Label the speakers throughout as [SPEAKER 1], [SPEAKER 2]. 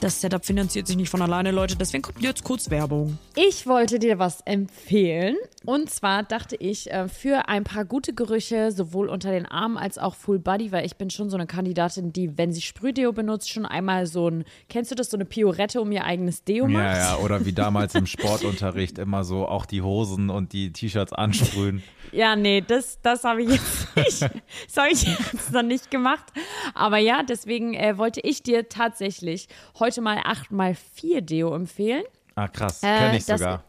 [SPEAKER 1] Das Setup finanziert sich nicht von alleine, Leute. Deswegen kommt jetzt kurz Werbung.
[SPEAKER 2] Ich wollte dir was empfehlen. Und zwar dachte ich, äh, für ein paar gute Gerüche, sowohl unter den Armen als auch Full Body, weil ich bin schon so eine Kandidatin, die, wenn sie Sprühdeo benutzt, schon einmal so ein, kennst du das, so eine Piorette um ihr eigenes Deo macht?
[SPEAKER 3] Ja, ja, oder wie damals im Sportunterricht immer so auch die Hosen und die T-Shirts ansprühen.
[SPEAKER 2] Ja, nee, das, das habe ich jetzt nicht. Das habe ich jetzt noch nicht gemacht. Aber ja, deswegen äh, wollte ich dir tatsächlich heute mal 8x4 Deo empfehlen.
[SPEAKER 3] Ah, krass, kenne
[SPEAKER 2] Äh,
[SPEAKER 3] ich
[SPEAKER 2] das-
[SPEAKER 3] sogar.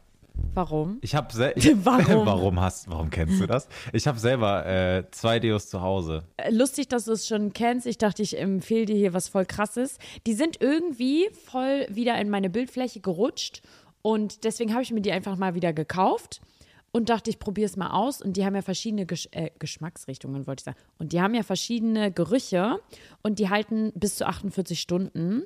[SPEAKER 2] Warum?
[SPEAKER 3] Ich habe selber.
[SPEAKER 2] Warum?
[SPEAKER 3] warum hast? Warum kennst du das? Ich habe selber äh, zwei Deos zu Hause.
[SPEAKER 2] Äh, Lustig, dass du es schon kennst. Ich dachte, ich empfehle dir hier was voll krasses. Die sind irgendwie voll wieder in meine Bildfläche gerutscht und deswegen habe ich mir die einfach mal wieder gekauft und dachte, ich probiere es mal aus. Und die haben ja verschiedene Gesch äh, Geschmacksrichtungen, wollte ich sagen. Und die haben ja verschiedene Gerüche und die halten bis zu 48 Stunden.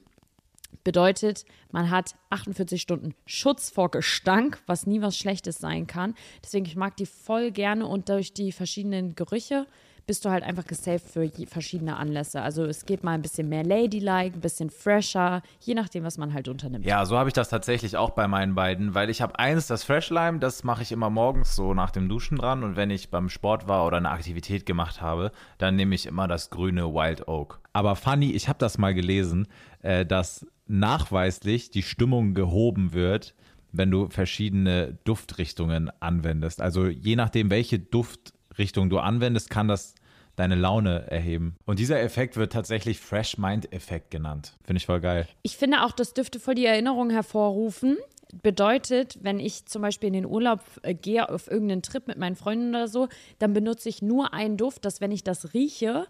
[SPEAKER 2] Bedeutet, man hat 48 Stunden Schutz vor Gestank, was nie was Schlechtes sein kann. Deswegen, ich mag die voll gerne und durch die verschiedenen Gerüche bist du halt einfach gesaved für je- verschiedene Anlässe. Also es geht mal ein bisschen mehr ladylike, ein bisschen fresher, je nachdem, was man halt unternimmt.
[SPEAKER 3] Ja, so habe ich das tatsächlich auch bei meinen beiden, weil ich habe eins, das Fresh Lime, das mache ich immer morgens so nach dem Duschen dran und wenn ich beim Sport war oder eine Aktivität gemacht habe, dann nehme ich immer das grüne Wild Oak. Aber funny, ich habe das mal gelesen, äh, dass nachweislich die Stimmung gehoben wird, wenn du verschiedene Duftrichtungen anwendest. Also je nachdem, welche Duftrichtung du anwendest, kann das deine Laune erheben. Und dieser Effekt wird tatsächlich Fresh Mind Effekt genannt. Finde ich voll geil.
[SPEAKER 2] Ich finde auch, das dürfte voll die Erinnerung hervorrufen. Bedeutet, wenn ich zum Beispiel in den Urlaub äh, gehe, auf irgendeinen Trip mit meinen Freunden oder so, dann benutze ich nur einen Duft, dass wenn ich das rieche,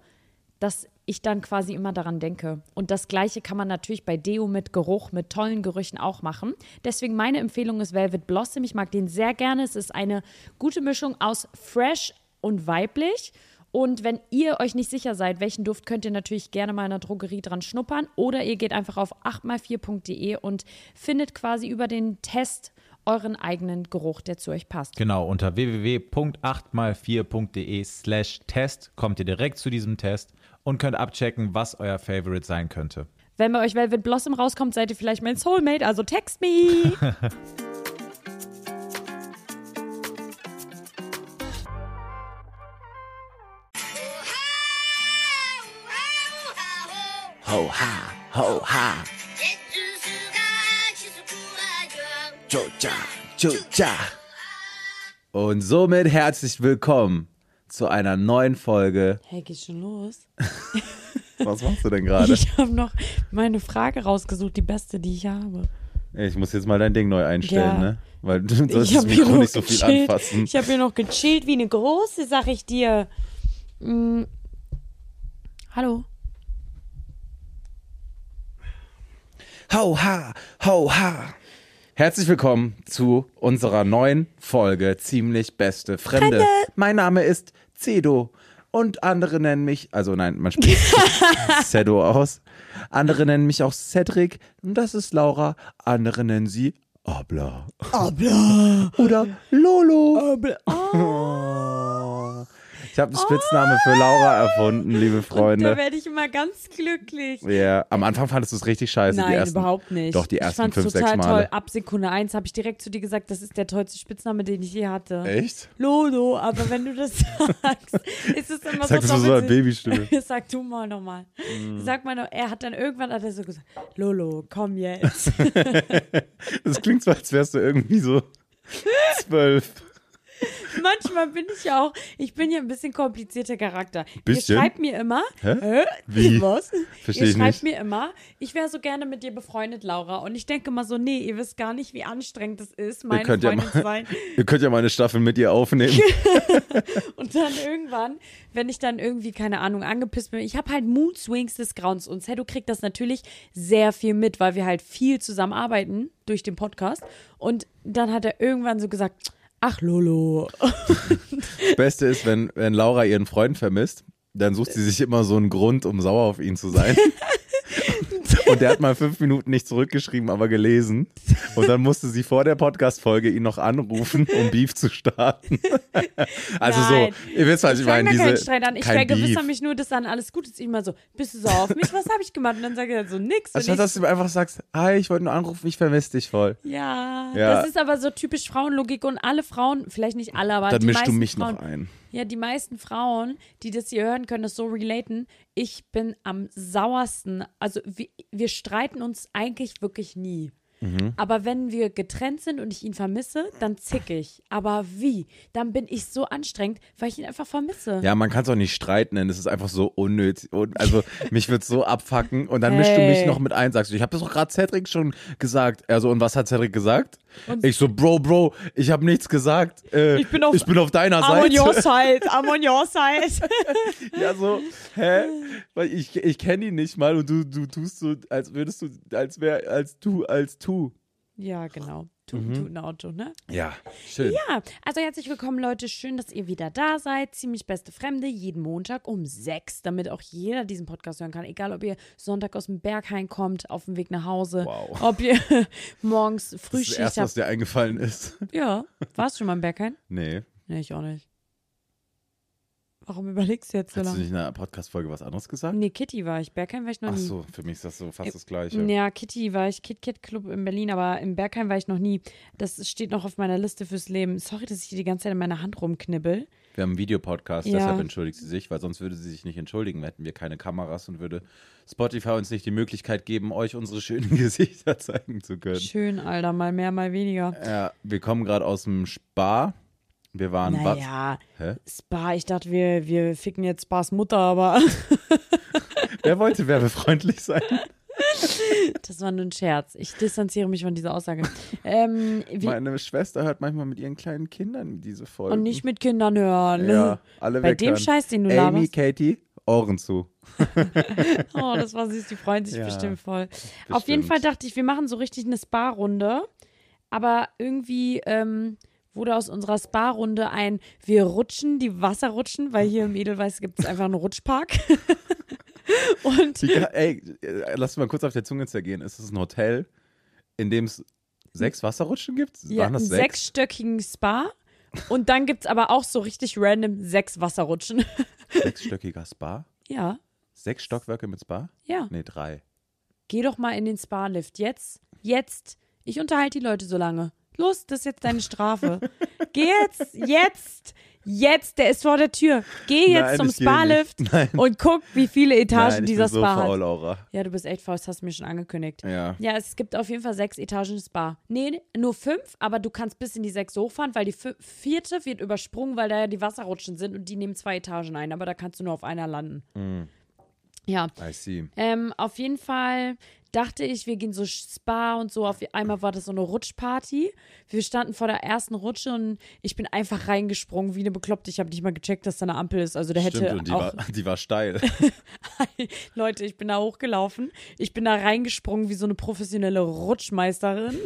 [SPEAKER 2] dass ich dann quasi immer daran denke. Und das Gleiche kann man natürlich bei Deo mit Geruch, mit tollen Gerüchen auch machen. Deswegen meine Empfehlung ist Velvet Blossom. Ich mag den sehr gerne. Es ist eine gute Mischung aus fresh und weiblich. Und wenn ihr euch nicht sicher seid, welchen Duft, könnt ihr natürlich gerne mal in der Drogerie dran schnuppern. Oder ihr geht einfach auf 8x4.de und findet quasi über den Test euren eigenen Geruch, der zu euch passt.
[SPEAKER 3] Genau, unter www.8x4.de slash Test kommt ihr direkt zu diesem Test und könnt abchecken, was euer Favorite sein könnte.
[SPEAKER 2] Wenn bei euch Velvet Blossom rauskommt, seid ihr vielleicht mein Soulmate, also text me.
[SPEAKER 4] Ho ha, ho ha,
[SPEAKER 5] 現実が雫は
[SPEAKER 4] Chucha, Chucha.
[SPEAKER 6] Und somit herzlich willkommen zu einer neuen Folge.
[SPEAKER 2] Hey, geht's schon los?
[SPEAKER 6] Was machst du denn gerade?
[SPEAKER 2] Ich habe noch meine Frage rausgesucht, die beste, die ich habe.
[SPEAKER 6] Ich muss jetzt mal dein Ding neu einstellen,
[SPEAKER 2] Ja.
[SPEAKER 6] ne? Weil du sollst
[SPEAKER 2] ich
[SPEAKER 6] das
[SPEAKER 2] hab hier
[SPEAKER 6] Mikro
[SPEAKER 2] noch
[SPEAKER 6] nicht so viel
[SPEAKER 2] gechillt.
[SPEAKER 6] anfassen.
[SPEAKER 2] Ich habe hier noch gechillt wie eine große, sag ich dir. Hm. Hallo.
[SPEAKER 6] Ho ha, ho ha. Herzlich willkommen zu unserer neuen Folge Ziemlich beste Fremde. Mein Name ist Cedo und andere nennen mich, also nein, man spricht Cedo aus. Andere nennen mich auch Cedric und das ist Laura. Andere nennen sie Abla. Abla. Oder Lolo. Abla. Ich habe einen Spitznamen für Laura erfunden, liebe
[SPEAKER 2] Da
[SPEAKER 6] Freunde.
[SPEAKER 2] werde ich immer ganz glücklich.
[SPEAKER 6] Ja, am Anfang fandest du es richtig scheiße.
[SPEAKER 2] Nein,
[SPEAKER 6] die ersten,
[SPEAKER 2] überhaupt nicht.
[SPEAKER 6] Doch, die
[SPEAKER 2] ich
[SPEAKER 6] ersten
[SPEAKER 2] fand's
[SPEAKER 6] fünf,
[SPEAKER 2] total
[SPEAKER 6] sechs
[SPEAKER 2] toll.
[SPEAKER 6] Male.
[SPEAKER 2] Ab Sekunde eins habe ich direkt zu dir gesagt, das ist der tollste Spitzname, den ich je hatte.
[SPEAKER 6] Echt?
[SPEAKER 2] Lolo, aber wenn du das sagst, ist es immer
[SPEAKER 6] Sagst
[SPEAKER 2] so
[SPEAKER 6] du so
[SPEAKER 2] doppelt
[SPEAKER 6] eine
[SPEAKER 2] sinn-
[SPEAKER 6] Babystimme. Mm.
[SPEAKER 2] Sag du mal nochmal. Sag mal, noch, er hat dann irgendwann hat er so gesagt, Lolo, komm jetzt.
[SPEAKER 6] Das klingt so, als wärst du irgendwie so zwölf.
[SPEAKER 2] Manchmal bin ich ja auch, ich bin ja ein bisschen komplizierter Charakter.
[SPEAKER 6] Bisschen?
[SPEAKER 2] Ihr schreibt mir immer,
[SPEAKER 6] Hä? Wie?
[SPEAKER 2] was?
[SPEAKER 6] Versteh
[SPEAKER 2] ihr
[SPEAKER 6] ich
[SPEAKER 2] schreibt
[SPEAKER 6] nicht.
[SPEAKER 2] mir immer, ich wäre so gerne mit dir befreundet, Laura. Und ich denke mal so, nee, ihr wisst gar nicht, wie anstrengend es ist, meine
[SPEAKER 6] könnt ja
[SPEAKER 2] Freundin
[SPEAKER 6] mal-
[SPEAKER 2] zu sein.
[SPEAKER 6] Ihr könnt ja mal eine Staffel mit ihr aufnehmen.
[SPEAKER 2] Und dann irgendwann, wenn ich dann irgendwie, keine Ahnung, angepisst bin, ich habe halt Mood Swings des Grauens. Und Sedo kriegt das natürlich sehr viel mit, weil wir halt viel zusammenarbeiten durch den Podcast. Und dann hat er irgendwann so gesagt, ach Lolo.
[SPEAKER 6] Das Beste ist, wenn, wenn Laura ihren Freund vermisst, dann sucht sie sich immer so einen Grund, um sauer auf ihn zu sein.
[SPEAKER 3] Und der hat mal fünf Minuten nicht zurückgeschrieben, aber gelesen. Und dann musste sie vor der Podcast-Folge ihn noch anrufen, um Beef zu starten. Also
[SPEAKER 6] Nein.
[SPEAKER 3] so, ihr wisst, was ich,
[SPEAKER 6] Ich fange
[SPEAKER 3] meine.
[SPEAKER 6] da
[SPEAKER 3] Diese,
[SPEAKER 6] keinen Streit an. Ich
[SPEAKER 3] kein
[SPEAKER 6] vergewissere
[SPEAKER 3] Beef.
[SPEAKER 6] mich nur, dass dann alles gut ist. Ich immer so, bist du sauer auf mich? Was habe ich gemacht? Und dann sagt er so, nix. Und
[SPEAKER 3] Anstatt
[SPEAKER 6] ich,
[SPEAKER 3] dass du ihm einfach sagst, hi, ich wollte nur anrufen, ich vermisse dich voll.
[SPEAKER 6] ja,
[SPEAKER 3] Ja.
[SPEAKER 6] das ist aber so typisch Frauenlogik. Und alle Frauen, vielleicht nicht alle, aber
[SPEAKER 3] Dann
[SPEAKER 6] die
[SPEAKER 3] mischst du
[SPEAKER 6] meisten
[SPEAKER 3] mich
[SPEAKER 6] Frauen,
[SPEAKER 3] noch ein.
[SPEAKER 6] Ja, die meisten Frauen, die das hier hören, können das so relaten. Ich bin am sauersten. Also wir, wir streiten uns eigentlich wirklich nie.
[SPEAKER 3] Mhm.
[SPEAKER 6] Aber wenn wir getrennt sind und ich ihn vermisse, dann zick ich. Aber wie? Dann bin ich so anstrengend, weil ich ihn einfach vermisse.
[SPEAKER 3] Ja, man kann es auch nicht Streit nennen, es ist einfach so unnötig. Und also mich wird so abfacken und dann mischst du
[SPEAKER 6] Hey.
[SPEAKER 3] mich noch mit ein, sagst du, ich habe das doch gerade Cedric schon gesagt. Also und was hat Cedric gesagt?
[SPEAKER 6] Und-
[SPEAKER 3] ich so, Bro, Bro, ich habe nichts gesagt. Äh,
[SPEAKER 6] Ich bin auf-
[SPEAKER 3] deiner
[SPEAKER 6] I'm on your
[SPEAKER 3] Seite.
[SPEAKER 6] side, I'm on your side.
[SPEAKER 3] Ja, so, hä? Weil ich, ich kenne ihn nicht mal und du, du tust so, als würdest du, als wär, als du, als du.
[SPEAKER 6] ja, genau. Tu, tu ein Auto, ne?
[SPEAKER 3] Ja, schön.
[SPEAKER 6] Ja, also herzlich willkommen, Leute. Schön, dass ihr wieder da seid. Ziemlich beste Fremde, jeden Montag um sechs, damit auch jeder diesen Podcast hören kann. Egal, ob ihr Sonntag aus dem Berg heimkommt, auf dem Weg nach Hause,
[SPEAKER 3] Wow.
[SPEAKER 6] ob ihr morgens
[SPEAKER 3] Das ist das
[SPEAKER 6] Frühschicht
[SPEAKER 3] Erste, was
[SPEAKER 6] habt.
[SPEAKER 3] dir eingefallen ist.
[SPEAKER 6] Ja, warst du schon mal im Berghain?
[SPEAKER 3] Nee,
[SPEAKER 6] Nee, ich auch nicht. Warum überlegst du jetzt so
[SPEAKER 3] hast du
[SPEAKER 6] lange?
[SPEAKER 3] nicht in einer Podcast-Folge was anderes gesagt?
[SPEAKER 6] Nee, Kitty war ich. Berghain war ich noch
[SPEAKER 3] Ach
[SPEAKER 6] nie.
[SPEAKER 3] so, für mich ist das so
[SPEAKER 6] Äh,
[SPEAKER 3] fast das Gleiche.
[SPEAKER 6] Ja, Kitty war ich, Kit Kit Club in Berlin, aber im Bergheim war ich noch nie. Das steht noch auf meiner Liste fürs Leben. Sorry, dass ich hier die ganze Zeit in meiner Hand rumknibbel.
[SPEAKER 3] Wir haben einen Videopodcast,
[SPEAKER 6] Ja.
[SPEAKER 3] deshalb entschuldigt sie sich, weil sonst würde sie sich nicht entschuldigen, hätten wir keine Kameras und würde Spotify uns nicht die Möglichkeit geben, euch unsere schönen Gesichter zeigen zu können.
[SPEAKER 6] Schön, Alter, mal mehr, mal weniger.
[SPEAKER 3] Ja, wir kommen gerade aus dem Spa. Wir waren
[SPEAKER 6] Naja,
[SPEAKER 3] Hä?
[SPEAKER 6] Spa, ich dachte, wir, wir ficken jetzt Spas Mutter, aber
[SPEAKER 3] was? Wer wollte werbefreundlich sein?
[SPEAKER 6] das war nur ein Scherz. Ich distanziere mich von dieser Aussage. ähm, wie,
[SPEAKER 3] Meine Schwester hört manchmal mit ihren kleinen Kindern diese Folge.
[SPEAKER 6] und nicht mit Kindern hören.
[SPEAKER 3] ja, alle
[SPEAKER 6] Bei
[SPEAKER 3] weghören.
[SPEAKER 6] dem Scheiß, den du
[SPEAKER 3] Amy,
[SPEAKER 6] laberst.
[SPEAKER 3] Katie, Ohren zu.
[SPEAKER 6] Oh, das war süß, die freuen sich
[SPEAKER 3] Ja,
[SPEAKER 6] bestimmt voll. Auf jeden
[SPEAKER 3] bestimmt.
[SPEAKER 6] Fall dachte ich, wir machen so richtig eine Spa-Runde, aber irgendwie ähm, wurde aus unserer Spa-Runde ein, wir rutschen, die Wasser rutschen, weil hier im Edelweiß gibt es einfach einen Rutschpark. Und
[SPEAKER 3] Die, ey, äh, lass mich mal kurz auf der Zunge zergehen. Ist es ein Hotel, in dem es sechs Wasserrutschen gibt?
[SPEAKER 6] ja,
[SPEAKER 3] waren
[SPEAKER 6] einen
[SPEAKER 3] das sechs?
[SPEAKER 6] sechsstöckigen Spa. Und dann gibt es aber auch so richtig random sechs Wasserrutschen.
[SPEAKER 3] Sechsstöckiger Spa?
[SPEAKER 6] ja,
[SPEAKER 3] Sechs Stockwerke mit Spa?
[SPEAKER 6] ja.
[SPEAKER 3] Nee, drei.
[SPEAKER 6] Geh doch mal in den Spa-Lift. Jetzt, jetzt. Ich unterhalte die Leute so lange. Los, das ist jetzt deine Strafe. Geh jetzt, jetzt, jetzt. Der ist vor der Tür. Geh jetzt
[SPEAKER 3] Nein,
[SPEAKER 6] zum
[SPEAKER 3] ich geh
[SPEAKER 6] Spa-Lift
[SPEAKER 3] nicht. Nein.
[SPEAKER 6] und guck, wie viele Etagen
[SPEAKER 3] Nein, ich
[SPEAKER 6] dieser
[SPEAKER 3] bin so
[SPEAKER 6] Spa
[SPEAKER 3] faul,
[SPEAKER 6] hat.
[SPEAKER 3] Laura.
[SPEAKER 6] Ja, du bist echt faul, das hast du mir schon angekündigt.
[SPEAKER 3] Ja.
[SPEAKER 6] Ja, es gibt auf jeden Fall sechs Etagen Spa. Nee, nur fünf, aber du kannst bis in die sechs hochfahren, weil die fü- vierte wird übersprungen, weil da ja die Wasserrutschen sind und die nehmen zwei Etagen ein, aber da kannst du nur auf einer landen. Ja.
[SPEAKER 3] I see.
[SPEAKER 6] Ähm, auf jeden Fall dachte ich, wir gehen so Spa und so. Auf einmal war das so eine Rutschparty. Wir standen vor der ersten Rutsche und ich bin einfach reingesprungen wie eine Bekloppte. Ich habe nicht mal gecheckt, dass da eine Ampel ist. Also der hätte
[SPEAKER 3] Stimmt, und die
[SPEAKER 6] auch
[SPEAKER 3] war, die war steil.
[SPEAKER 6] Leute, ich bin da hochgelaufen. Ich bin da reingesprungen wie so eine professionelle Rutschmeisterin.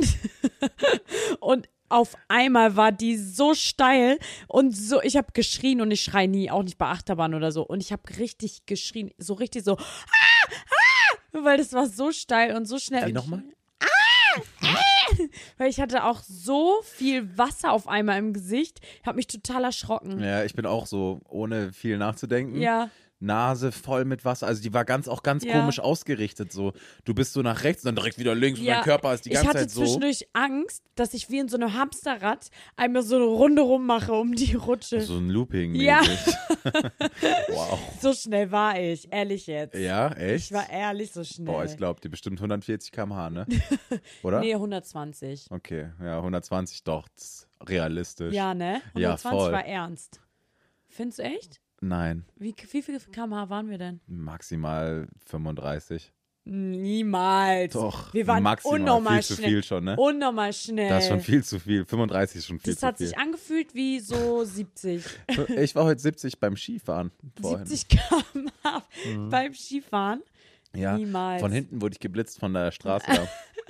[SPEAKER 6] und auf einmal war die so steil und so, ich habe geschrien und ich schreie nie, auch nicht bei Achterbahn oder so. Und ich habe richtig geschrien, so richtig so, ah, ah, weil das war so steil und so schnell.
[SPEAKER 3] Wie
[SPEAKER 6] Und ich-
[SPEAKER 3] nochmal?
[SPEAKER 6] Weil ich hatte auch so viel Wasser auf einmal im Gesicht, habe mich total erschrocken.
[SPEAKER 3] Ja, ich bin auch so, ohne viel nachzudenken.
[SPEAKER 6] Ja.
[SPEAKER 3] Nase voll mit Wasser. Also die war ganz auch ganz
[SPEAKER 6] Ja.
[SPEAKER 3] komisch ausgerichtet. So, du bist so nach rechts und dann direkt wieder links und
[SPEAKER 6] Ja,
[SPEAKER 3] dein Körper ist die ganze
[SPEAKER 6] ich hatte
[SPEAKER 3] Zeit so.
[SPEAKER 6] zwischendurch Angst, dass ich wie in so einem Hamsterrad einmal so eine Runde rummache um die Rutsche.
[SPEAKER 3] So ein Looping.
[SPEAKER 6] Ja.
[SPEAKER 3] mäßig. wow.
[SPEAKER 6] So schnell war ich, ehrlich jetzt.
[SPEAKER 3] Ja, echt?
[SPEAKER 6] Ich war ehrlich so schnell.
[SPEAKER 3] Boah, ich glaube, die bestimmt 140 km/h, ne? Oder?
[SPEAKER 6] Nee, 120.
[SPEAKER 3] Okay, ja, 120 doch. das ist Realistisch.
[SPEAKER 6] Ja, ne?
[SPEAKER 3] Ja,
[SPEAKER 6] 120
[SPEAKER 3] voll.
[SPEAKER 6] war ernst. Findest du echt?
[SPEAKER 3] Nein,
[SPEAKER 6] Wie, wie viel kmh waren wir denn?
[SPEAKER 3] maximal 35.
[SPEAKER 6] Niemals.
[SPEAKER 3] Doch,
[SPEAKER 6] Wir waren
[SPEAKER 3] maximal.
[SPEAKER 6] unnormal
[SPEAKER 3] Viel zu
[SPEAKER 6] schnell.
[SPEAKER 3] viel schon, ne?
[SPEAKER 6] Unnormal schnell.
[SPEAKER 3] Das ist schon viel zu viel. 35 ist schon viel
[SPEAKER 6] Das hat
[SPEAKER 3] zu
[SPEAKER 6] sich angefühlt wie so 70.
[SPEAKER 3] viel. Ich war heute 70 beim Skifahren vorhin.
[SPEAKER 6] 70 km/h beim Skifahren.
[SPEAKER 3] ja,
[SPEAKER 6] niemals.
[SPEAKER 3] Von hinten wurde ich geblitzt von der Straße. ab.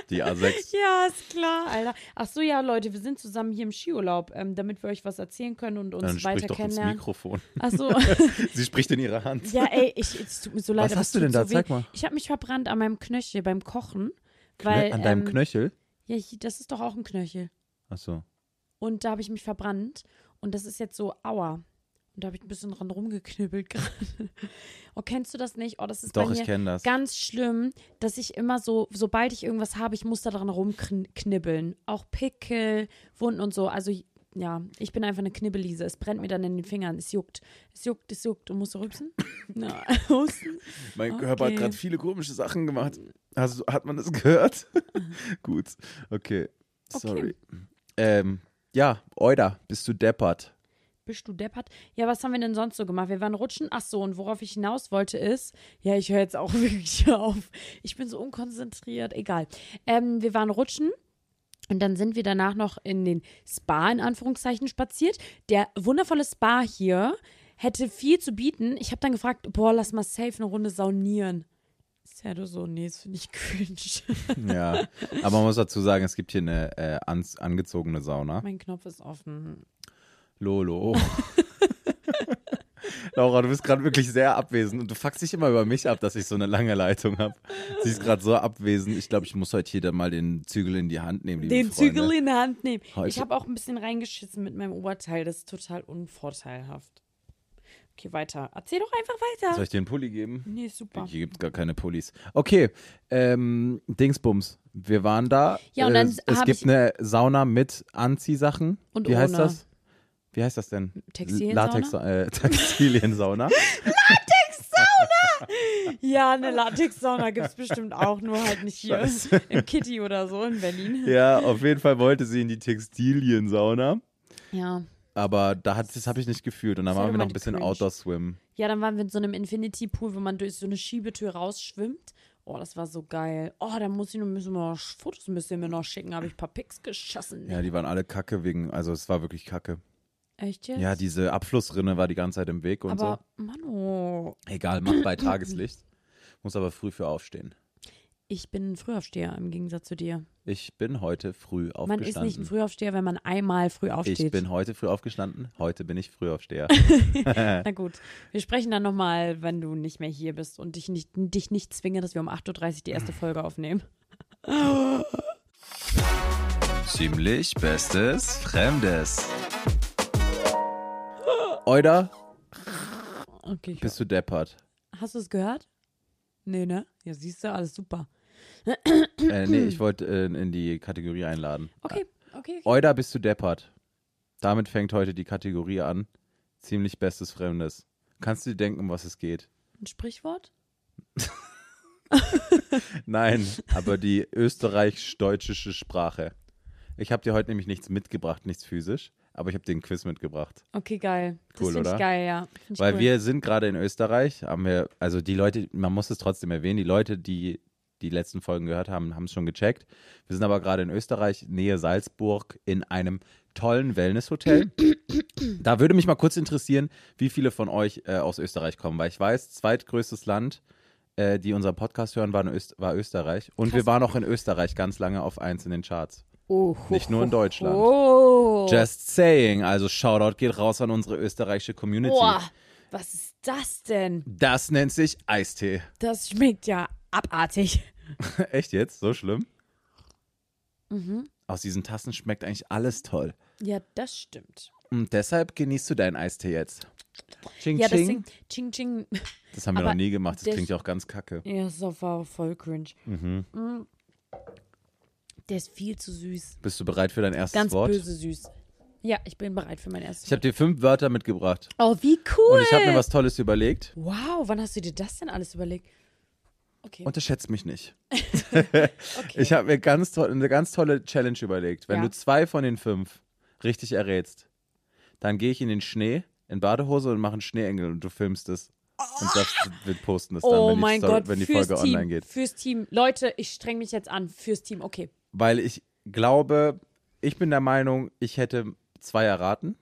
[SPEAKER 3] die A6.
[SPEAKER 6] Ja, ist klar, Alter. Ach so, ja, Leute, wir sind zusammen hier im Skiurlaub, ähm, damit wir euch was erzählen können und uns
[SPEAKER 3] Dann sprich
[SPEAKER 6] weiter
[SPEAKER 3] doch ins
[SPEAKER 6] kennenlernen.
[SPEAKER 3] Mikrofon.
[SPEAKER 6] Ach so.
[SPEAKER 3] Sie spricht in ihrer Hand.
[SPEAKER 6] Ja, ey, ich, es tut mir so leid.
[SPEAKER 3] Was
[SPEAKER 6] aber
[SPEAKER 3] hast
[SPEAKER 6] es
[SPEAKER 3] du
[SPEAKER 6] tut
[SPEAKER 3] denn da?
[SPEAKER 6] So weh.
[SPEAKER 3] Zeig mal.
[SPEAKER 6] Ich habe mich verbrannt an meinem Knöchel beim Kochen. Weil,
[SPEAKER 3] An deinem
[SPEAKER 6] ähm,
[SPEAKER 3] Knöchel?
[SPEAKER 6] Ja, hier- das ist doch auch ein Knöchel.
[SPEAKER 3] Achso.
[SPEAKER 6] Und da habe ich mich verbrannt. Und das ist jetzt so, aua. Und da habe ich ein bisschen dran rumgeknibbelt gerade. Oh, kennst du das nicht? Oh, das ist
[SPEAKER 3] Doch,
[SPEAKER 6] bei
[SPEAKER 3] ich
[SPEAKER 6] mir
[SPEAKER 3] kenn das.
[SPEAKER 6] ganz schlimm, dass ich immer so, sobald ich irgendwas habe, ich muss da dran rumknibbeln. Auch Pickel, Wunden und so. Also, ja, ich bin einfach eine Knibbelise. Es brennt mir dann in den Fingern. Es juckt. Es juckt, es juckt. Und musst du rübsen? Na, husten?
[SPEAKER 3] Mein
[SPEAKER 6] Okay.
[SPEAKER 3] Körper hat gerade viele komische Sachen gemacht. Hast, du- hat man das gehört? Gut. Okay. Sorry. Ähm, ja, Euda, bist du deppert?
[SPEAKER 6] Bist du deppert? Ja, was haben wir denn sonst so gemacht? Wir waren rutschen. Ach so, und worauf ich hinaus wollte ist, ja, ich höre jetzt auch wirklich auf. Ich bin so unkonzentriert. Egal. Ähm, wir waren rutschen. Und dann sind wir danach noch in den Spa in Anführungszeichen spaziert. Der wundervolle Spa hier hätte viel zu bieten. Ich habe dann gefragt, boah, lass mal safe eine Runde saunieren. Serdo so, nee, das finde ich cringe.
[SPEAKER 3] Ja. Aber man muss dazu sagen, es gibt hier eine äh, ans- angezogene Sauna.
[SPEAKER 6] mein Knopf ist offen.
[SPEAKER 3] Lolo. Laura, du bist gerade wirklich sehr abwesend und du fuckst dich immer über mich ab, dass ich so eine lange Leitung habe. Sie ist gerade so abwesend. Ich glaube, ich muss heute hier dann mal den Zügel in die Hand nehmen. Liebe
[SPEAKER 6] den
[SPEAKER 3] Freunde.
[SPEAKER 6] Zügel in die Hand nehmen.
[SPEAKER 3] Heute-
[SPEAKER 6] Ich habe auch ein bisschen reingeschissen mit meinem Oberteil. Das ist total unvorteilhaft. Okay, weiter. Erzähl doch einfach weiter.
[SPEAKER 3] Soll ich dir einen Pulli geben?
[SPEAKER 6] nee, ist super.
[SPEAKER 3] Hier gibt es gar keine Pullis. Okay, ähm, Dingsbums. Wir waren da.
[SPEAKER 6] Ja, und dann
[SPEAKER 3] es es
[SPEAKER 6] hab
[SPEAKER 3] gibt
[SPEAKER 6] ich-
[SPEAKER 3] eine Sauna mit Anziehsachen.
[SPEAKER 6] Und
[SPEAKER 3] Wie heißt
[SPEAKER 6] ohne.
[SPEAKER 3] das? Wie heißt das denn?
[SPEAKER 6] Textiliensauna?
[SPEAKER 3] Latex, äh, Textiliensauna.
[SPEAKER 6] Ja, eine Latex-Sauna gibt es bestimmt auch, nur halt nicht hier im Kitty oder so in Berlin.
[SPEAKER 3] ja, auf jeden Fall wollte sie in die Textiliensauna.
[SPEAKER 6] Ja.
[SPEAKER 3] Aber da hat, das habe ich nicht gefühlt. Und dann
[SPEAKER 6] Das
[SPEAKER 3] waren wir
[SPEAKER 6] wäre
[SPEAKER 3] noch
[SPEAKER 6] mal
[SPEAKER 3] ein bisschen
[SPEAKER 6] cringe.
[SPEAKER 3] Outdoor-Swim.
[SPEAKER 6] Ja, dann waren wir in so einem Infinity-Pool, wo man durch so eine Schiebetür rausschwimmt. Oh, das war so geil. Oh, da muss ich noch, müssen wir noch Fotos müssen wir mir noch schicken. Habe ich ein paar Pics geschossen.
[SPEAKER 3] Ja, die waren alle kacke wegen, also es war wirklich kacke.
[SPEAKER 6] Echt jetzt?
[SPEAKER 3] Ja, diese Abflussrinne war die ganze Zeit im Weg und
[SPEAKER 6] Aber, Manu,
[SPEAKER 3] so. Egal, mach bei Tageslicht. Muss aber früh für aufstehen.
[SPEAKER 6] ich bin ein Frühaufsteher im Gegensatz zu dir.
[SPEAKER 3] Ich bin heute früh aufgestanden.
[SPEAKER 6] Man ist nicht ein Frühaufsteher, wenn man einmal früh aufsteht.
[SPEAKER 3] Ich bin heute früh aufgestanden. Heute bin ich Frühaufsteher.
[SPEAKER 6] Na gut, wir sprechen dann nochmal, wenn du nicht mehr hier bist und dich nicht, dich nicht zwinge, dass wir um 8.30 Uhr die erste Folge aufnehmen.
[SPEAKER 3] Ziemlich bestes Fremdes. Euda,
[SPEAKER 6] Okay. Ich,
[SPEAKER 3] bist du deppert?
[SPEAKER 6] hast du es gehört? Nee, ne? Ja, siehst du, alles super.
[SPEAKER 3] Äh, nee, ich wollte äh, in die Kategorie einladen.
[SPEAKER 6] Okay, okay. okay.
[SPEAKER 3] Euda, bist du deppert? Damit fängt heute die Kategorie an. Ziemlich bestes Fremdes. Kannst du dir denken, um was es geht?
[SPEAKER 6] Ein Sprichwort?
[SPEAKER 3] Nein, aber die österreichisch-deutsche Sprache. Ich habe dir heute nämlich nichts mitgebracht, nichts physisch, aber ich habe dir einen Quiz mitgebracht.
[SPEAKER 6] Okay, geil. Das
[SPEAKER 3] Cool,
[SPEAKER 6] finde
[SPEAKER 3] oder?
[SPEAKER 6] ich geil, ja. Find ich
[SPEAKER 3] Weil
[SPEAKER 6] cool.
[SPEAKER 3] wir sind gerade in Österreich, haben wir, also die Leute, man muss es trotzdem erwähnen, die Leute, die die letzten Folgen gehört haben, haben es schon gecheckt. Wir sind aber gerade in Österreich, Nähe Salzburg, in einem tollen Wellnesshotel. da würde mich mal kurz interessieren, wie viele von euch äh, aus Österreich kommen, weil ich weiß, zweitgrößtes Land, äh, die unseren Podcast hören, war, in Öst war Österreich. Und wir waren auch in Österreich ganz lange auf eins in den Charts.
[SPEAKER 6] Oh,
[SPEAKER 3] Nicht nur in Deutschland.
[SPEAKER 6] Oh,
[SPEAKER 3] Just saying, also Shoutout geht raus an unsere österreichische Community.
[SPEAKER 6] boah, was ist das denn?
[SPEAKER 3] Das nennt sich Eistee.
[SPEAKER 6] Das schmeckt ja abartig.
[SPEAKER 3] Echt jetzt? So schlimm?
[SPEAKER 6] Mhm.
[SPEAKER 3] Aus diesen Tassen schmeckt eigentlich alles toll.
[SPEAKER 6] Ja, das stimmt.
[SPEAKER 3] Und deshalb genießt du deinen Eistee jetzt. Ching,
[SPEAKER 6] Ja, das
[SPEAKER 3] ching.
[SPEAKER 6] Ding, ching, ching.
[SPEAKER 3] Das haben wir
[SPEAKER 6] aber
[SPEAKER 3] noch nie gemacht. Das
[SPEAKER 6] das-
[SPEAKER 3] klingt ja auch ganz kacke.
[SPEAKER 6] Ja, das war voll cringe.
[SPEAKER 3] Mhm.
[SPEAKER 6] Mm. Der ist viel zu süß.
[SPEAKER 3] Bist du bereit für dein erstes
[SPEAKER 6] Ganz
[SPEAKER 3] Wort?
[SPEAKER 6] böse süß. Ja, ich bin bereit für mein
[SPEAKER 3] Ich
[SPEAKER 6] erstes.
[SPEAKER 3] habe dir fünf Wörter mitgebracht.
[SPEAKER 6] oh, wie cool.
[SPEAKER 3] Und ich habe mir was Tolles überlegt.
[SPEAKER 6] wow, wann hast du dir das denn alles überlegt? Okay.
[SPEAKER 3] Unterschätzt mich nicht.
[SPEAKER 6] okay.
[SPEAKER 3] Ich habe mir ganz toll, eine ganz tolle Challenge überlegt. Wenn
[SPEAKER 6] Ja.
[SPEAKER 3] du zwei von den fünf richtig errätst, dann gehe ich in den Schnee, in Badehose und mache einen Schneeengel und du filmst es. Und das, wir posten es dann,
[SPEAKER 6] oh
[SPEAKER 3] wenn, die
[SPEAKER 6] mein
[SPEAKER 3] Story,
[SPEAKER 6] Gott,
[SPEAKER 3] wenn die
[SPEAKER 6] fürs
[SPEAKER 3] Folge
[SPEAKER 6] Team,
[SPEAKER 3] online geht.
[SPEAKER 6] Fürs Team. Leute, ich streng mich jetzt an. Fürs Team, okay.
[SPEAKER 3] Weil ich glaube, ich bin der Meinung, ich hätte zwei erraten.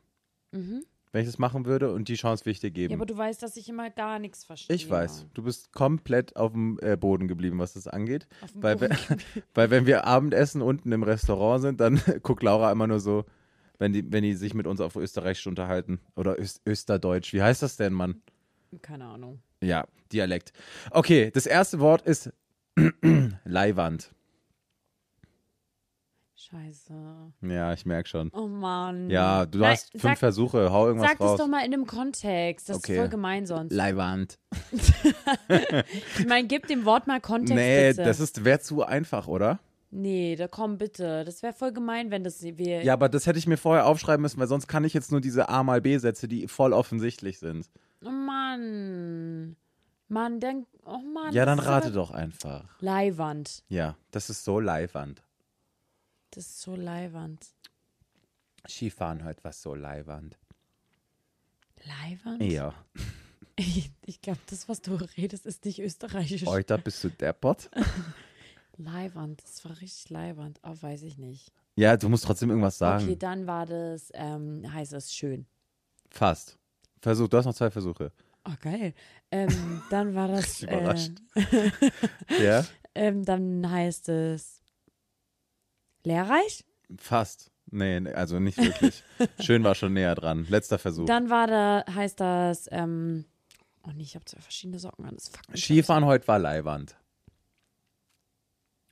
[SPEAKER 3] wenn ich das machen würde und die Chance will ich dir
[SPEAKER 6] Mhm.
[SPEAKER 3] geben.
[SPEAKER 6] Ja, aber du weißt, dass ich immer gar nichts verstehe.
[SPEAKER 3] ich weiß, du bist komplett auf dem äh, Boden geblieben, was das angeht.
[SPEAKER 6] dem
[SPEAKER 3] Weil,
[SPEAKER 6] Boden
[SPEAKER 3] we- weil wenn wir Abendessen unten im Restaurant sind, dann guckt Laura immer nur so, wenn die, wenn die sich mit uns auf Österreichisch unterhalten. Oder Öst Österdeutsch. Wie heißt das denn, Mann?
[SPEAKER 6] Keine Ahnung.
[SPEAKER 3] Ja, Dialekt. Okay, das erste Wort ist Leihwand.
[SPEAKER 6] Scheiße.
[SPEAKER 3] Ja, ich merke schon.
[SPEAKER 6] Oh Mann.
[SPEAKER 3] Ja, du
[SPEAKER 6] Nein,
[SPEAKER 3] hast fünf Versuche, hau irgendwas
[SPEAKER 6] Sag
[SPEAKER 3] raus.
[SPEAKER 6] das doch mal in einem Kontext. Das
[SPEAKER 3] Okay.
[SPEAKER 6] ist voll gemein sonst.
[SPEAKER 3] Leihwand.
[SPEAKER 6] Ich meine, gib dem Wort mal Kontext.
[SPEAKER 3] Nee,
[SPEAKER 6] bitte.
[SPEAKER 3] das ist wäre zu einfach, oder?
[SPEAKER 6] Nee, da komm bitte. Das wäre voll gemein, wenn das wir.
[SPEAKER 3] Ja, aber das hätte ich mir vorher aufschreiben müssen, weil sonst kann ich jetzt nur diese A mal B Sätze, die voll offensichtlich sind.
[SPEAKER 6] Oh Mann. Mann, dann. Oh Mann.
[SPEAKER 3] Ja, dann
[SPEAKER 6] das ist aber-
[SPEAKER 3] rate doch einfach.
[SPEAKER 6] Leihwand.
[SPEAKER 3] Ja, das ist so Leihwand.
[SPEAKER 6] Das ist so Leihwand.
[SPEAKER 3] Skifahren heute was so Leihwand.
[SPEAKER 6] Leihwand?
[SPEAKER 3] Ja.
[SPEAKER 6] Ich, ich glaube, das, was du redest, ist nicht österreichisch.
[SPEAKER 3] Heute bist du deppert?
[SPEAKER 6] Leihwand. Das war richtig Leihwand. Oh, weiß ich nicht.
[SPEAKER 3] Ja, du musst trotzdem irgendwas sagen.
[SPEAKER 6] Okay, dann war das, ähm, heißt es schön.
[SPEAKER 3] Fast. Versuch, du hast noch zwei Versuche.
[SPEAKER 6] Oh, geil. Ähm, dann war das. äh,
[SPEAKER 3] Überrascht. Ja?
[SPEAKER 6] ähm, dann heißt es. Lehrreich?
[SPEAKER 3] Fast. Nee, nee, also nicht wirklich. Schön war schon näher dran. Letzter Versuch.
[SPEAKER 6] Dann war da, heißt das, ähm, oh nee, ich habe zwei verschiedene Socken an, das fuckt mich
[SPEAKER 3] Skifahren heute war Leihwand.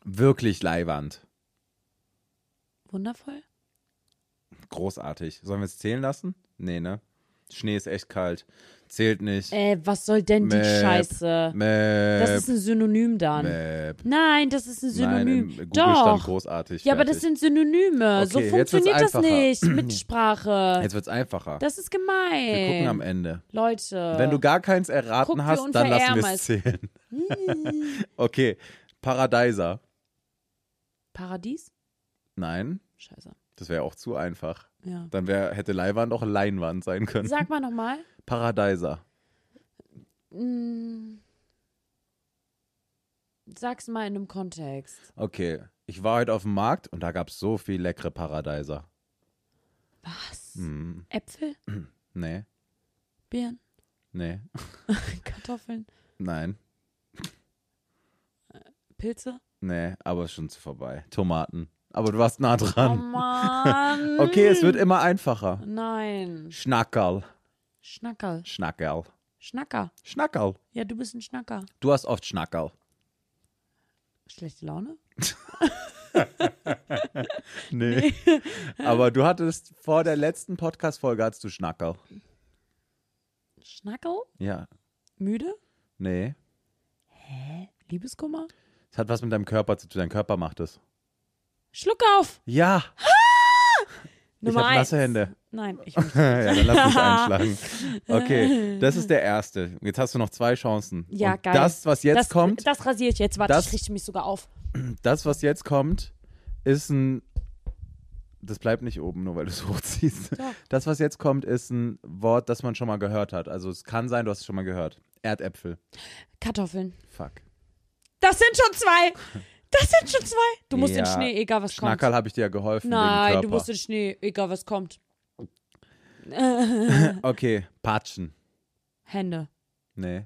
[SPEAKER 3] Wirklich Leihwand.
[SPEAKER 6] ab. Wundervoll?
[SPEAKER 3] Großartig. Sollen wir es zählen lassen? Nee, ne? Schnee ist echt kalt. Zählt nicht.
[SPEAKER 6] Äh, was soll denn die
[SPEAKER 3] Mäp,
[SPEAKER 6] Scheiße?
[SPEAKER 3] Mäp,
[SPEAKER 6] Das ist ein Synonym dann.
[SPEAKER 3] Mäp.
[SPEAKER 6] Nein, das ist ein
[SPEAKER 3] Nein,
[SPEAKER 6] Synonym.
[SPEAKER 3] im Google stand
[SPEAKER 6] Doch.
[SPEAKER 3] großartig.
[SPEAKER 6] Ja, aber das
[SPEAKER 3] fertig.
[SPEAKER 6] sind Synonyme. so
[SPEAKER 3] Okay, jetzt wird's
[SPEAKER 6] funktioniert das
[SPEAKER 3] einfacher.
[SPEAKER 6] nicht mit Sprache.
[SPEAKER 3] Jetzt wird's einfacher.
[SPEAKER 6] das ist
[SPEAKER 3] wir gucken am
[SPEAKER 6] gemein.
[SPEAKER 3] Ende.
[SPEAKER 6] Leute.
[SPEAKER 3] Wenn du gar keins erraten
[SPEAKER 6] Guck, wie
[SPEAKER 3] hast, dann lassen wir es
[SPEAKER 6] unverärmelt.
[SPEAKER 3] zählen. okay. Paradeiser.
[SPEAKER 6] Paradies?
[SPEAKER 3] Nein,
[SPEAKER 6] Scheiße.
[SPEAKER 3] das wäre auch zu einfach.
[SPEAKER 6] Ja.
[SPEAKER 3] Dann wär, hätte Leihwand auch Leinwand sein können.
[SPEAKER 6] Sag mal nochmal.
[SPEAKER 3] Paradeiser.
[SPEAKER 6] Mm. Sag's mal in einem Kontext.
[SPEAKER 3] Okay. Ich war heute auf dem Markt und da gab es so viel leckere Paradeiser.
[SPEAKER 6] Was? Äpfel?
[SPEAKER 3] Nee,
[SPEAKER 6] Birnen?
[SPEAKER 3] nee,
[SPEAKER 6] Kartoffeln?
[SPEAKER 3] nein,
[SPEAKER 6] Pilze?
[SPEAKER 3] nee, aber ist schon zu vorbei. Tomaten. Aber du warst nah
[SPEAKER 6] Oh
[SPEAKER 3] dran.
[SPEAKER 6] Mann.
[SPEAKER 3] Okay, es wird immer einfacher.
[SPEAKER 6] Nein.
[SPEAKER 3] Schnackerl.
[SPEAKER 6] Schnackerl.
[SPEAKER 3] Schnackerl.
[SPEAKER 6] Schnacker.
[SPEAKER 3] Schnackerl.
[SPEAKER 6] Ja, du bist ein Schnacker.
[SPEAKER 3] Du hast oft Schnackerl.
[SPEAKER 6] Schlechte Laune?
[SPEAKER 3] Nee. aber du hattest vor der letzten Podcast-Folge hattest du Schnackerl.
[SPEAKER 6] Schnackerl?
[SPEAKER 3] Ja.
[SPEAKER 6] Müde?
[SPEAKER 3] Nee.
[SPEAKER 6] Liebeskummer?
[SPEAKER 3] Es hat was mit deinem Körper zu tun. Dein Körper macht es.
[SPEAKER 6] Schluck auf!
[SPEAKER 3] Ja.
[SPEAKER 6] Nummer
[SPEAKER 3] ich habe nasse
[SPEAKER 6] eins.
[SPEAKER 3] Hände.
[SPEAKER 6] Nein, ich möchte.
[SPEAKER 3] ja, dann lass mich einschlagen. Okay, das ist der erste. Jetzt hast du noch zwei Chancen.
[SPEAKER 6] Ja,
[SPEAKER 3] Und
[SPEAKER 6] geil.
[SPEAKER 3] Das, was jetzt
[SPEAKER 6] das,
[SPEAKER 3] kommt,
[SPEAKER 6] Das rasiere ich jetzt. Warte,
[SPEAKER 3] Das-
[SPEAKER 6] ich richte mich sogar auf.
[SPEAKER 3] das, was jetzt kommt, ist ein. Das bleibt nicht oben, nur weil du es hochziehst. Das, was jetzt kommt, ist ein Wort, das man schon mal gehört hat. Also es kann sein, du hast es schon mal gehört. Erdäpfel.
[SPEAKER 6] Kartoffeln.
[SPEAKER 3] Fuck.
[SPEAKER 6] Das sind schon zwei! Das sind schon zwei! Du musst
[SPEAKER 3] ja,
[SPEAKER 6] in Schnee, egal was
[SPEAKER 3] Schnackerl habe ich dir ja geholfen.
[SPEAKER 6] kommt. Nein,
[SPEAKER 3] wegen
[SPEAKER 6] du
[SPEAKER 3] Körper.
[SPEAKER 6] musst in Schnee, egal was kommt.
[SPEAKER 3] Okay, Patschen.
[SPEAKER 6] Hände.
[SPEAKER 3] Nee,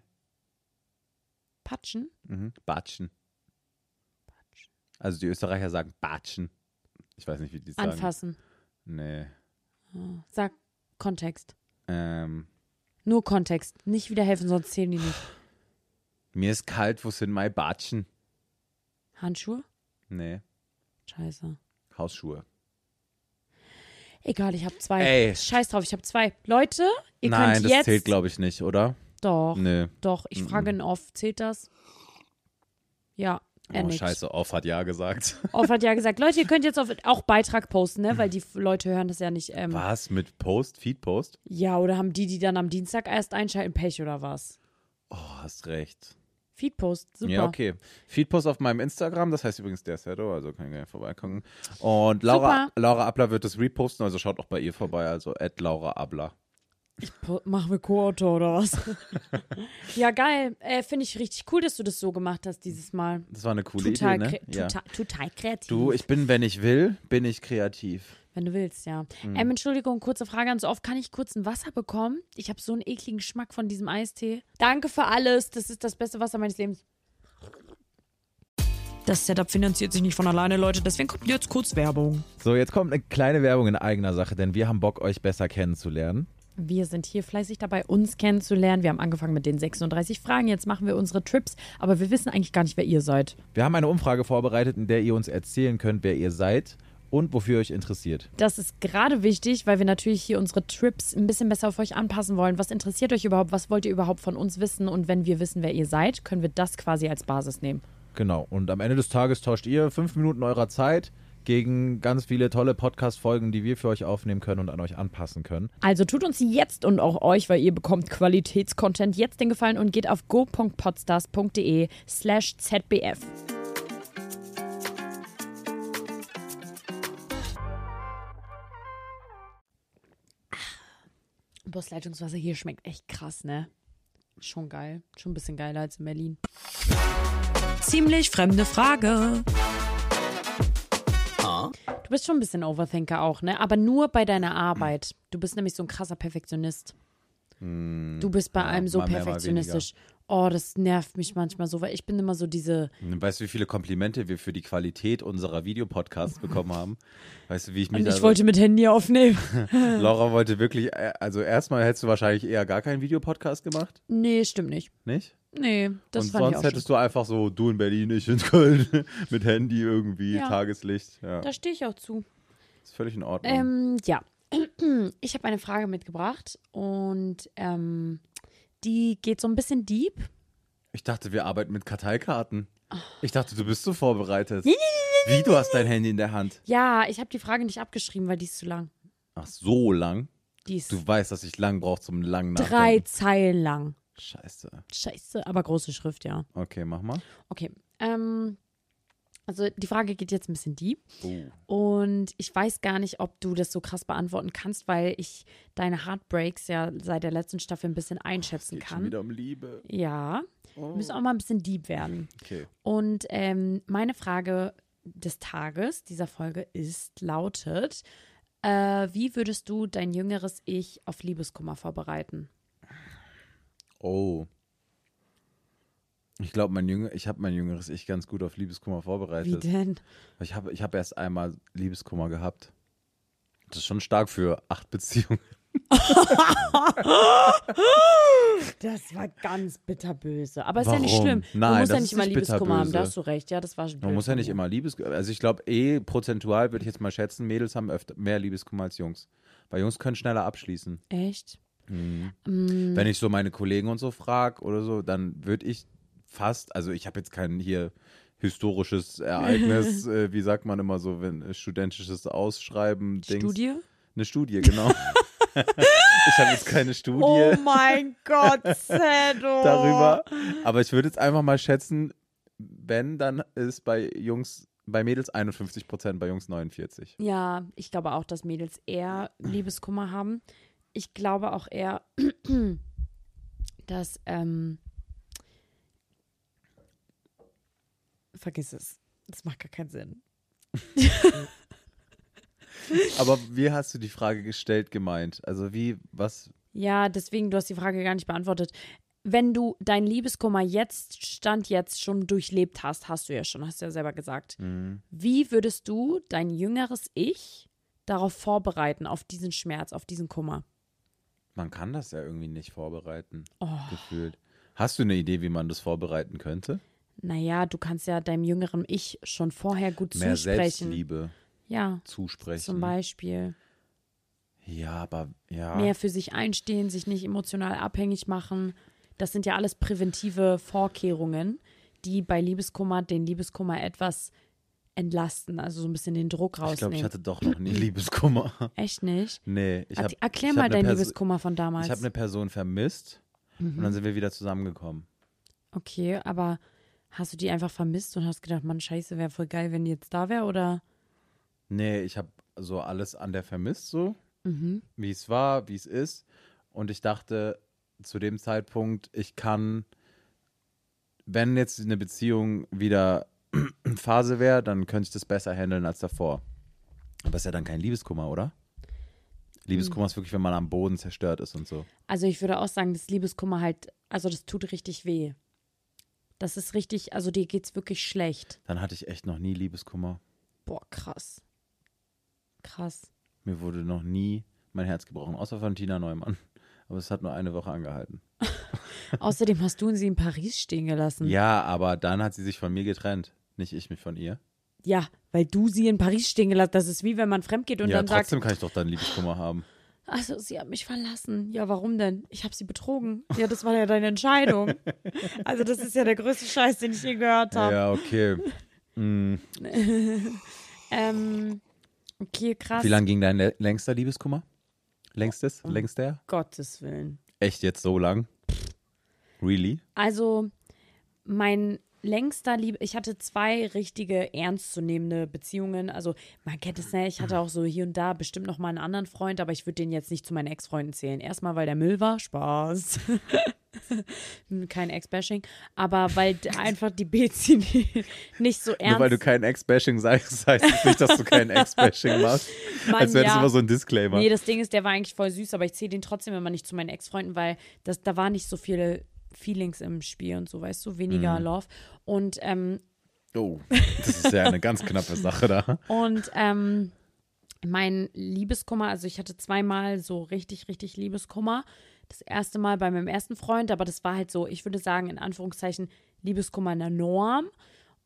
[SPEAKER 6] Patschen?
[SPEAKER 3] mhm. Batschen. Also die Österreicher sagen Batschen. Ich weiß nicht, wie die sagen.
[SPEAKER 6] Anfassen.
[SPEAKER 3] Nee.
[SPEAKER 6] Sag Kontext.
[SPEAKER 3] Ähm,
[SPEAKER 6] Nur Kontext. Nicht wieder helfen, sonst zählen die nicht.
[SPEAKER 3] mir ist kalt, wo sind meine Batschen?
[SPEAKER 6] Handschuhe?
[SPEAKER 3] Nee,
[SPEAKER 6] Scheiße.
[SPEAKER 3] Hausschuhe.
[SPEAKER 6] Egal, ich habe zwei.
[SPEAKER 3] Ey.
[SPEAKER 6] Scheiß drauf, ich habe zwei. Leute, ihr
[SPEAKER 3] Nein,
[SPEAKER 6] könnt
[SPEAKER 3] das
[SPEAKER 6] jetzt.
[SPEAKER 3] zählt, glaube ich, nicht, oder?
[SPEAKER 6] doch,
[SPEAKER 3] Nee.
[SPEAKER 6] doch. Ich frage ihn oft, zählt das? Ja, er
[SPEAKER 3] Oh,
[SPEAKER 6] nickt.
[SPEAKER 3] scheiße, Off hat ja gesagt.
[SPEAKER 6] Off hat ja gesagt, Leute, ihr könnt jetzt auf, auch Beitrag posten, ne? Weil die F- Leute hören das ja nicht. Ähm,
[SPEAKER 3] Was? Mit Post? Feed-Post?
[SPEAKER 6] ja, oder haben die, die dann am Dienstag erst einschalten, Pech oder was?
[SPEAKER 3] Oh, hast recht.
[SPEAKER 6] Feedpost, super.
[SPEAKER 3] Ja, okay. Feedpost auf meinem Instagram, das heißt übrigens der Seto, also könnt ihr gerne vorbeigucken. Und Laura, Laura Abler wird das reposten, also schaut auch bei ihr vorbei, also at Laura Abler.
[SPEAKER 6] Po- Machen wir Co-Autor oder was? ja, geil. Äh, Finde ich richtig cool, dass du das so gemacht hast dieses Mal.
[SPEAKER 3] Das war eine coole
[SPEAKER 6] Total,
[SPEAKER 3] Idee, ne?
[SPEAKER 6] kre- total, total kreativ.
[SPEAKER 3] Du, ich bin, wenn ich will, bin ich kreativ.
[SPEAKER 6] Wenn du willst, ja. Ähm, Entschuldigung, kurze Frage an so oft. Kann ich kurz ein Wasser bekommen? Ich habe so einen ekligen Geschmack von diesem Eistee. Danke für alles. Das ist das beste Wasser meines Lebens.
[SPEAKER 1] Das Setup finanziert sich nicht von alleine, Leute. Deswegen kommt jetzt kurz Werbung.
[SPEAKER 3] So, jetzt kommt eine kleine Werbung in eigener Sache, denn wir haben Bock, euch besser kennenzulernen.
[SPEAKER 6] Wir sind hier fleißig dabei, uns kennenzulernen. Wir haben angefangen mit den 36 Fragen. Jetzt machen wir unsere Trips. Aber wir wissen eigentlich gar nicht, wer ihr seid.
[SPEAKER 3] Wir haben eine Umfrage vorbereitet, in der ihr uns erzählen könnt, wer ihr seid und wofür ihr euch interessiert.
[SPEAKER 6] Das ist gerade wichtig, weil wir natürlich hier unsere Trips ein bisschen besser auf euch anpassen wollen. Was interessiert euch überhaupt? Was wollt ihr überhaupt von uns wissen? Und wenn wir wissen, wer ihr seid, können wir das quasi als Basis nehmen.
[SPEAKER 3] Genau. Und am Ende des Tages tauscht ihr fünf Minuten eurer Zeit gegen ganz viele tolle Podcast-Folgen, die wir für euch aufnehmen können und an euch anpassen können.
[SPEAKER 6] Also tut uns jetzt und auch euch, weil ihr bekommt Qualitätscontent, jetzt den Gefallen und geht auf go.podstars.de slash zbf. Ah, Busleitungswasser hier schmeckt echt krass, ne? Schon geil. Schon ein bisschen geiler als in Berlin.
[SPEAKER 1] Ziemlich fremde Frage.
[SPEAKER 3] Ah.
[SPEAKER 6] Du bist schon ein bisschen Overthinker auch, ne? Aber nur bei deiner Arbeit. Du bist nämlich so ein krasser Perfektionist. Du bist bei allem so
[SPEAKER 3] Hm. mal mehr, mal
[SPEAKER 6] perfektionistisch. Oh, das nervt mich manchmal so, weil ich bin immer so diese.
[SPEAKER 3] Weißt du, wie viele Komplimente wir für die Qualität unserer Videopodcasts bekommen haben? Weißt du, wie ich mich
[SPEAKER 6] Also Ich
[SPEAKER 3] da-
[SPEAKER 6] wollte mit Handy aufnehmen.
[SPEAKER 3] Laura wollte wirklich, äh, also erstmal hättest du wahrscheinlich eher gar keinen Videopodcast gemacht,
[SPEAKER 6] nee, stimmt nicht.
[SPEAKER 3] nicht?
[SPEAKER 6] Nee, das fand ich
[SPEAKER 3] und sonst
[SPEAKER 6] auch schlimm.
[SPEAKER 3] hättest du einfach so, du in Berlin, ich in Köln, mit Handy irgendwie,
[SPEAKER 6] Ja.
[SPEAKER 3] Tageslicht. Ja,
[SPEAKER 6] Da stehe ich auch zu.
[SPEAKER 3] ist völlig in Ordnung.
[SPEAKER 6] Ähm, ja. Ich habe eine Frage mitgebracht und ähm, die geht so ein bisschen deep.
[SPEAKER 3] ich dachte, wir arbeiten mit Karteikarten. Ich dachte, du bist so vorbereitet. Wie, du hast dein Handy in der Hand?
[SPEAKER 6] Ja, ich habe die Frage nicht abgeschrieben, weil die ist zu lang.
[SPEAKER 3] Ach, so lang?
[SPEAKER 6] Die ist
[SPEAKER 3] Du weißt, dass ich lang brauche zum langen
[SPEAKER 6] drei
[SPEAKER 3] Nachdenken.
[SPEAKER 6] Zeilen lang.
[SPEAKER 3] Scheiße.
[SPEAKER 6] Scheiße, aber große Schrift, ja.
[SPEAKER 3] Okay, mach mal.
[SPEAKER 6] Okay. Ähm, also die Frage geht jetzt ein bisschen deep.
[SPEAKER 3] Oh,
[SPEAKER 6] Und ich weiß gar nicht, ob du das so krass beantworten kannst, weil ich deine Heartbreaks ja seit der letzten Staffel ein bisschen einschätzen
[SPEAKER 3] Oh, Geht schon
[SPEAKER 6] kann.
[SPEAKER 3] wieder Oh. um Liebe.
[SPEAKER 6] Ja. Wir müssen auch mal ein bisschen deep werden.
[SPEAKER 3] Okay.
[SPEAKER 6] Und ähm, meine Frage des Tages dieser Folge ist, lautet, äh, wie würdest du dein jüngeres Ich auf Liebeskummer vorbereiten?
[SPEAKER 3] Oh. Ich glaube, mein Jünger, ich habe mein jüngeres Ich ganz gut auf Liebeskummer
[SPEAKER 6] Wie
[SPEAKER 3] vorbereitet.
[SPEAKER 6] denn?
[SPEAKER 3] Ich habe ich hab erst einmal Liebeskummer gehabt. Das ist schon stark für acht Beziehungen.
[SPEAKER 6] Das war ganz bitterböse. Aber ist ja
[SPEAKER 3] Warum?
[SPEAKER 6] nicht schlimm.
[SPEAKER 3] Nein,
[SPEAKER 6] Man muss ja
[SPEAKER 3] das
[SPEAKER 6] nicht
[SPEAKER 3] ist
[SPEAKER 6] immer
[SPEAKER 3] nicht
[SPEAKER 6] Liebeskummer haben,
[SPEAKER 3] bitterböse.
[SPEAKER 6] da hast du recht. Ja, das war
[SPEAKER 3] Man muss ja nicht immer Liebes... Also ich glaube, eh prozentual würde ich jetzt mal schätzen, Mädels haben öfter mehr Liebeskummer als Jungs. Weil Jungs können schneller abschließen.
[SPEAKER 6] Echt? Mhm.
[SPEAKER 3] Wenn ich so meine Kollegen und so frage oder so, dann würde ich fast, also ich habe jetzt kein hier historisches Ereignis, äh, wie sagt man immer so, wenn äh, studentisches Ausschreiben, Dings.
[SPEAKER 6] Studie?
[SPEAKER 3] Eine Studie, genau. ich habe jetzt keine Studie
[SPEAKER 6] Oh mein Gott, Sedo.
[SPEAKER 3] darüber, aber ich würde jetzt einfach mal schätzen, wenn, dann ist bei Jungs, bei Mädels 51 Prozent, bei Jungs 49.
[SPEAKER 6] Ja, ich glaube auch, dass Mädels eher Liebeskummer haben. Ich glaube auch eher, dass. Ähm, vergiss es. Das macht gar keinen Sinn.
[SPEAKER 3] Aber wie hast du die Frage gestellt gemeint? Also wie, was,
[SPEAKER 6] Ja, deswegen, du hast die Frage gar nicht beantwortet. Wenn du dein Liebeskummer jetzt, Stand jetzt schon durchlebt hast, hast du ja schon, hast du ja selber gesagt. Wie würdest du dein jüngeres Ich darauf vorbereiten, auf diesen Schmerz, auf diesen Kummer?
[SPEAKER 3] man kann das ja irgendwie nicht vorbereiten,
[SPEAKER 6] Oh.
[SPEAKER 3] gefühlt. Hast du eine Idee, wie man das vorbereiten könnte?
[SPEAKER 6] Naja, du kannst ja deinem jüngeren Ich schon vorher gut
[SPEAKER 3] Mehr
[SPEAKER 6] zusprechen.
[SPEAKER 3] Selbstliebe
[SPEAKER 6] Ja,
[SPEAKER 3] zusprechen.
[SPEAKER 6] zum Beispiel.
[SPEAKER 3] Ja, aber ja.
[SPEAKER 6] Mehr für sich einstehen, sich nicht emotional abhängig machen. Das sind ja alles präventive Vorkehrungen, die bei Liebeskummer den Liebeskummer etwas entlasten, also so ein bisschen den Druck
[SPEAKER 3] ich
[SPEAKER 6] rausnehmen.
[SPEAKER 3] glaube, ich hatte doch noch nie Liebeskummer.
[SPEAKER 6] Echt nicht?
[SPEAKER 3] Nee, ich hab,
[SPEAKER 6] Hat- Erklär
[SPEAKER 3] ich
[SPEAKER 6] mal
[SPEAKER 3] hab eine
[SPEAKER 6] dein
[SPEAKER 3] Perso-
[SPEAKER 6] Liebeskummer Mhm. von damals.
[SPEAKER 3] Ich habe eine Person vermisst und dann sind wir wieder zusammengekommen.
[SPEAKER 6] okay, aber hast du die einfach vermisst und hast gedacht, Mann, scheiße, wäre voll geil, wenn die jetzt da wäre? Oder
[SPEAKER 3] Nee, ich habe so alles an der vermisst, so wie es war, wie es ist. Und ich dachte zu dem Zeitpunkt, ich kann, wenn jetzt eine Beziehung wieder Phase wäre, dann könnte ich das besser handeln als davor. Aber ist ja dann kein Liebeskummer, oder? Liebeskummer ist wirklich, wenn man am Boden zerstört ist und so.
[SPEAKER 6] Also ich würde auch sagen, das Liebeskummer halt, also das tut richtig weh. Das ist richtig, also dir geht's wirklich schlecht.
[SPEAKER 3] Dann hatte ich echt noch nie Liebeskummer.
[SPEAKER 6] Boah, krass. Krass.
[SPEAKER 3] Mir wurde noch nie mein Herz gebrochen, außer von Tina Neumann. Aber es hat nur eine Woche angehalten.
[SPEAKER 6] Außerdem hast du sie in Paris stehen gelassen.
[SPEAKER 3] Ja, aber dann hat sie sich von mir getrennt. Nicht ich mich von ihr.
[SPEAKER 6] Ja, weil du sie in Paris stehen gelassen. Das ist wie wenn man fremd geht und
[SPEAKER 3] ja,
[SPEAKER 6] dann sagt,
[SPEAKER 3] trotzdem kann ich doch dann Liebeskummer haben.
[SPEAKER 6] also sie hat mich verlassen. Ja, warum denn? Ich habe sie betrogen. Ja, das war ja deine Entscheidung. Also das ist ja der größte Scheiß, den ich je gehört habe.
[SPEAKER 3] Ja, okay.
[SPEAKER 6] Ähm, okay, krass.
[SPEAKER 3] Wie lang ging dein lä- längster Liebeskummer? Längstes?
[SPEAKER 6] Oh.
[SPEAKER 3] Längster?
[SPEAKER 6] Gottes Willen.
[SPEAKER 3] Echt jetzt so lang? Really?
[SPEAKER 6] Also, mein längster Liebe, ich hatte zwei richtige ernstzunehmende Beziehungen. Also, man kennt es ja, ich hatte auch so hier und da bestimmt noch mal einen anderen Freund, aber ich würde den jetzt nicht zu meinen Ex-Freunden zählen. Erstmal, weil der Müll war, Spaß. Kein Ex-Bashing, aber weil d- einfach die Bezi nicht so ernst.
[SPEAKER 3] Nur weil du kein Ex-Bashing sagst, heißt es nicht, dass du kein Ex-Bashing machst.
[SPEAKER 6] Mann,
[SPEAKER 3] Als wäre das
[SPEAKER 6] ja.
[SPEAKER 3] immer so ein Disclaimer.
[SPEAKER 6] Nee, das Ding ist, der war eigentlich voll süß, aber ich zähle den trotzdem immer nicht zu meinen Ex-Freunden, weil das, da war nicht so viele Feelings im Spiel und so, weißt du, weniger
[SPEAKER 3] Mhm.
[SPEAKER 6] Love. Und, ähm,
[SPEAKER 3] oh, das ist ja eine ganz knappe Sache da.
[SPEAKER 6] und, ähm, mein Liebeskummer, also ich hatte zweimal so richtig, richtig Liebeskummer. Das erste Mal bei meinem ersten Freund, aber das war halt so, ich würde sagen, in Anführungszeichen, Liebeskummer in der Norm.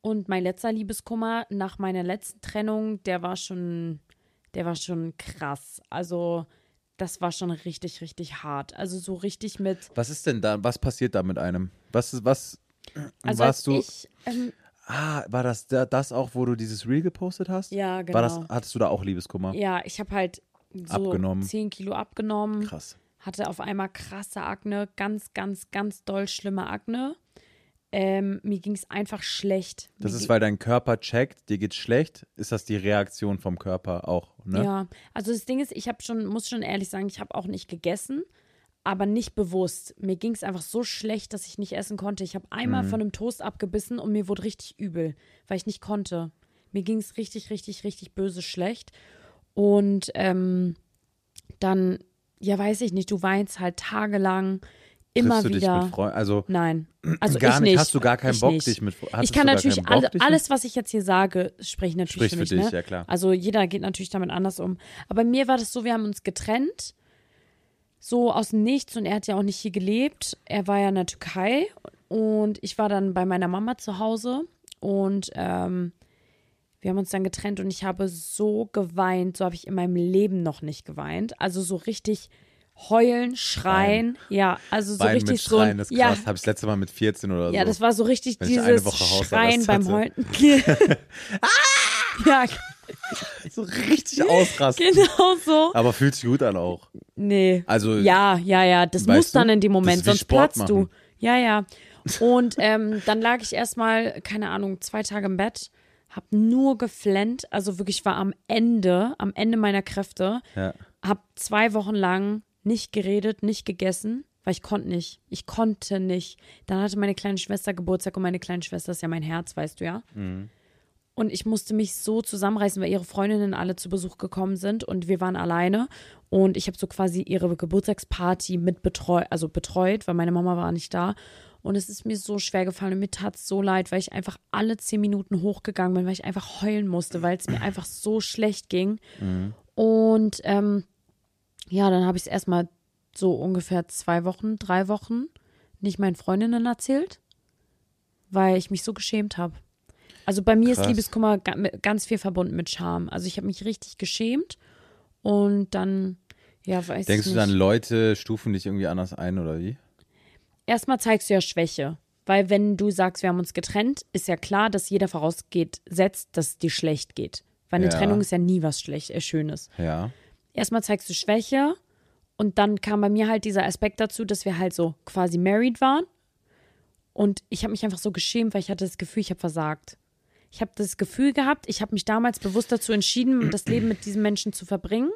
[SPEAKER 6] Und mein letzter Liebeskummer nach meiner letzten Trennung, der war schon, der war schon krass. Also, das war schon richtig, richtig hart. Also so richtig mit.
[SPEAKER 3] Was ist denn da, was passiert da mit einem? Was ist, was,
[SPEAKER 6] Also als
[SPEAKER 3] warst du,
[SPEAKER 6] ich, ähm,
[SPEAKER 3] ah, war das da- das auch, wo du dieses Reel gepostet hast?
[SPEAKER 6] Ja,
[SPEAKER 3] War das,
[SPEAKER 6] genau.
[SPEAKER 3] hattest du da auch Liebeskummer?
[SPEAKER 6] ja, ich habe halt so
[SPEAKER 3] Abgenommen.
[SPEAKER 6] 10 Kilo abgenommen.
[SPEAKER 3] Krass.
[SPEAKER 6] hatte auf einmal krasse Akne, ganz, ganz, ganz doll schlimme Akne. Ähm, mir ging es einfach schlecht.
[SPEAKER 3] Das
[SPEAKER 6] mir
[SPEAKER 3] ist,
[SPEAKER 6] ging-
[SPEAKER 3] weil dein Körper checkt, dir geht's schlecht, ist das die Reaktion vom Körper auch, ne?
[SPEAKER 6] Ja, also das Ding ist, ich habe schon, muss schon ehrlich sagen, ich habe auch nicht gegessen, aber nicht bewusst. Mir ging es einfach so schlecht, dass ich nicht essen konnte. Ich habe
[SPEAKER 3] Mhm.
[SPEAKER 6] einmal von einem Toast abgebissen und mir wurde richtig übel, weil ich nicht konnte. Mir ging es richtig, richtig, richtig böse schlecht. Und ähm, dann, ja, weiß ich nicht, du weinst halt tagelang immer
[SPEAKER 3] Triffst du
[SPEAKER 6] wieder.
[SPEAKER 3] dich mit Freunden, also
[SPEAKER 6] Nein. Also
[SPEAKER 3] Gar
[SPEAKER 6] ich
[SPEAKER 3] nicht.
[SPEAKER 6] nicht.
[SPEAKER 3] Hast du gar keinen
[SPEAKER 6] ich
[SPEAKER 3] Bock,
[SPEAKER 6] nicht.
[SPEAKER 3] dich mit- hattest
[SPEAKER 6] Ich kann
[SPEAKER 3] du gar
[SPEAKER 6] natürlich
[SPEAKER 3] keinen Bock,
[SPEAKER 6] alle,
[SPEAKER 3] dich mit-
[SPEAKER 6] alles, was ich jetzt hier sage, spricht natürlich
[SPEAKER 3] Spricht
[SPEAKER 6] für
[SPEAKER 3] für
[SPEAKER 6] mich.
[SPEAKER 3] dich,
[SPEAKER 6] ne?
[SPEAKER 3] ja, klar.
[SPEAKER 6] Also jeder geht natürlich damit anders um. Aber mir war das so, wir haben uns getrennt. So aus dem Nichts und er hat ja auch nicht hier gelebt. Er war ja in der Türkei und ich war dann bei meiner Mama zu Hause und ähm, wir haben uns dann getrennt und ich habe so geweint, so habe ich in meinem Leben noch nicht geweint. Also so richtig heulen, schreien, ja, also so
[SPEAKER 3] Weinen
[SPEAKER 6] richtig
[SPEAKER 3] mit
[SPEAKER 6] so ein-
[SPEAKER 3] Schreien ist
[SPEAKER 6] ja,
[SPEAKER 3] krass. Habe ich das letzte Mal mit 14 oder so.
[SPEAKER 6] ja, das war so richtig
[SPEAKER 3] Wenn ich
[SPEAKER 6] dieses
[SPEAKER 3] eine Woche Hausarrest
[SPEAKER 6] Schreien beim
[SPEAKER 3] hatte.
[SPEAKER 6] Heulen. ja,
[SPEAKER 3] so richtig ausrasten.
[SPEAKER 6] genau so.
[SPEAKER 3] Aber fühlt sich gut an auch.
[SPEAKER 6] Nee.
[SPEAKER 3] Also,
[SPEAKER 6] ja, ja, ja, das
[SPEAKER 3] weißt
[SPEAKER 6] muss dann
[SPEAKER 3] du,
[SPEAKER 6] in dem
[SPEAKER 3] das
[SPEAKER 6] Moment,
[SPEAKER 3] ist wie
[SPEAKER 6] sonst
[SPEAKER 3] Sport
[SPEAKER 6] platzt du.
[SPEAKER 3] machen.
[SPEAKER 6] Ja, ja. Und ähm, dann lag ich erstmal, keine Ahnung, zwei Tage im Bett, hab nur geflennt, also wirklich war am Ende, am Ende meiner Kräfte,
[SPEAKER 3] Ja.
[SPEAKER 6] hab zwei Wochen lang nicht geredet, nicht gegessen, weil ich konnte nicht. Ich konnte nicht. Dann hatte meine kleine Schwester Geburtstag und meine kleine Schwester ist ja mein Herz, weißt du ja. Und ich musste mich so zusammenreißen, weil ihre Freundinnen alle zu Besuch gekommen sind und wir waren alleine. Und ich habe so quasi ihre Geburtstagsparty mit betreut, also betreut, weil meine Mama war nicht da. Und es ist mir so schwer gefallen und mir tat es so leid, weil ich einfach alle zehn Minuten hochgegangen bin, weil ich einfach heulen musste, weil es mir einfach so schlecht ging. Und ähm, ja, dann habe ich es erstmal so ungefähr zwei Wochen, drei Wochen nicht meinen Freundinnen erzählt, weil ich mich so geschämt habe. Also bei mir ist
[SPEAKER 3] Krass.
[SPEAKER 6] Liebeskummer ga- mit- ganz viel verbunden mit Scham. Also ich habe mich richtig geschämt und dann, ja, weiß
[SPEAKER 3] Denkst
[SPEAKER 6] ich
[SPEAKER 3] du dann,
[SPEAKER 6] nicht.
[SPEAKER 3] Leute stufen dich irgendwie anders ein oder wie?
[SPEAKER 6] Erstmal zeigst du ja Schwäche. Weil wenn du sagst, wir haben uns getrennt, ist ja klar, dass jeder vorausgeht, setzt, dass es dir schlecht geht. Weil eine
[SPEAKER 3] Ja.
[SPEAKER 6] Trennung ist ja nie was schlecht, äh, Schönes.
[SPEAKER 3] Ja.
[SPEAKER 6] erstmal zeigst du Schwäche und dann kam bei mir halt dieser Aspekt dazu, dass wir halt so quasi married waren und ich habe mich einfach so geschämt, weil ich hatte das Gefühl, ich habe versagt. Ich habe das Gefühl gehabt, ich habe mich damals bewusst dazu entschieden, das Leben mit diesem Menschen zu verbringen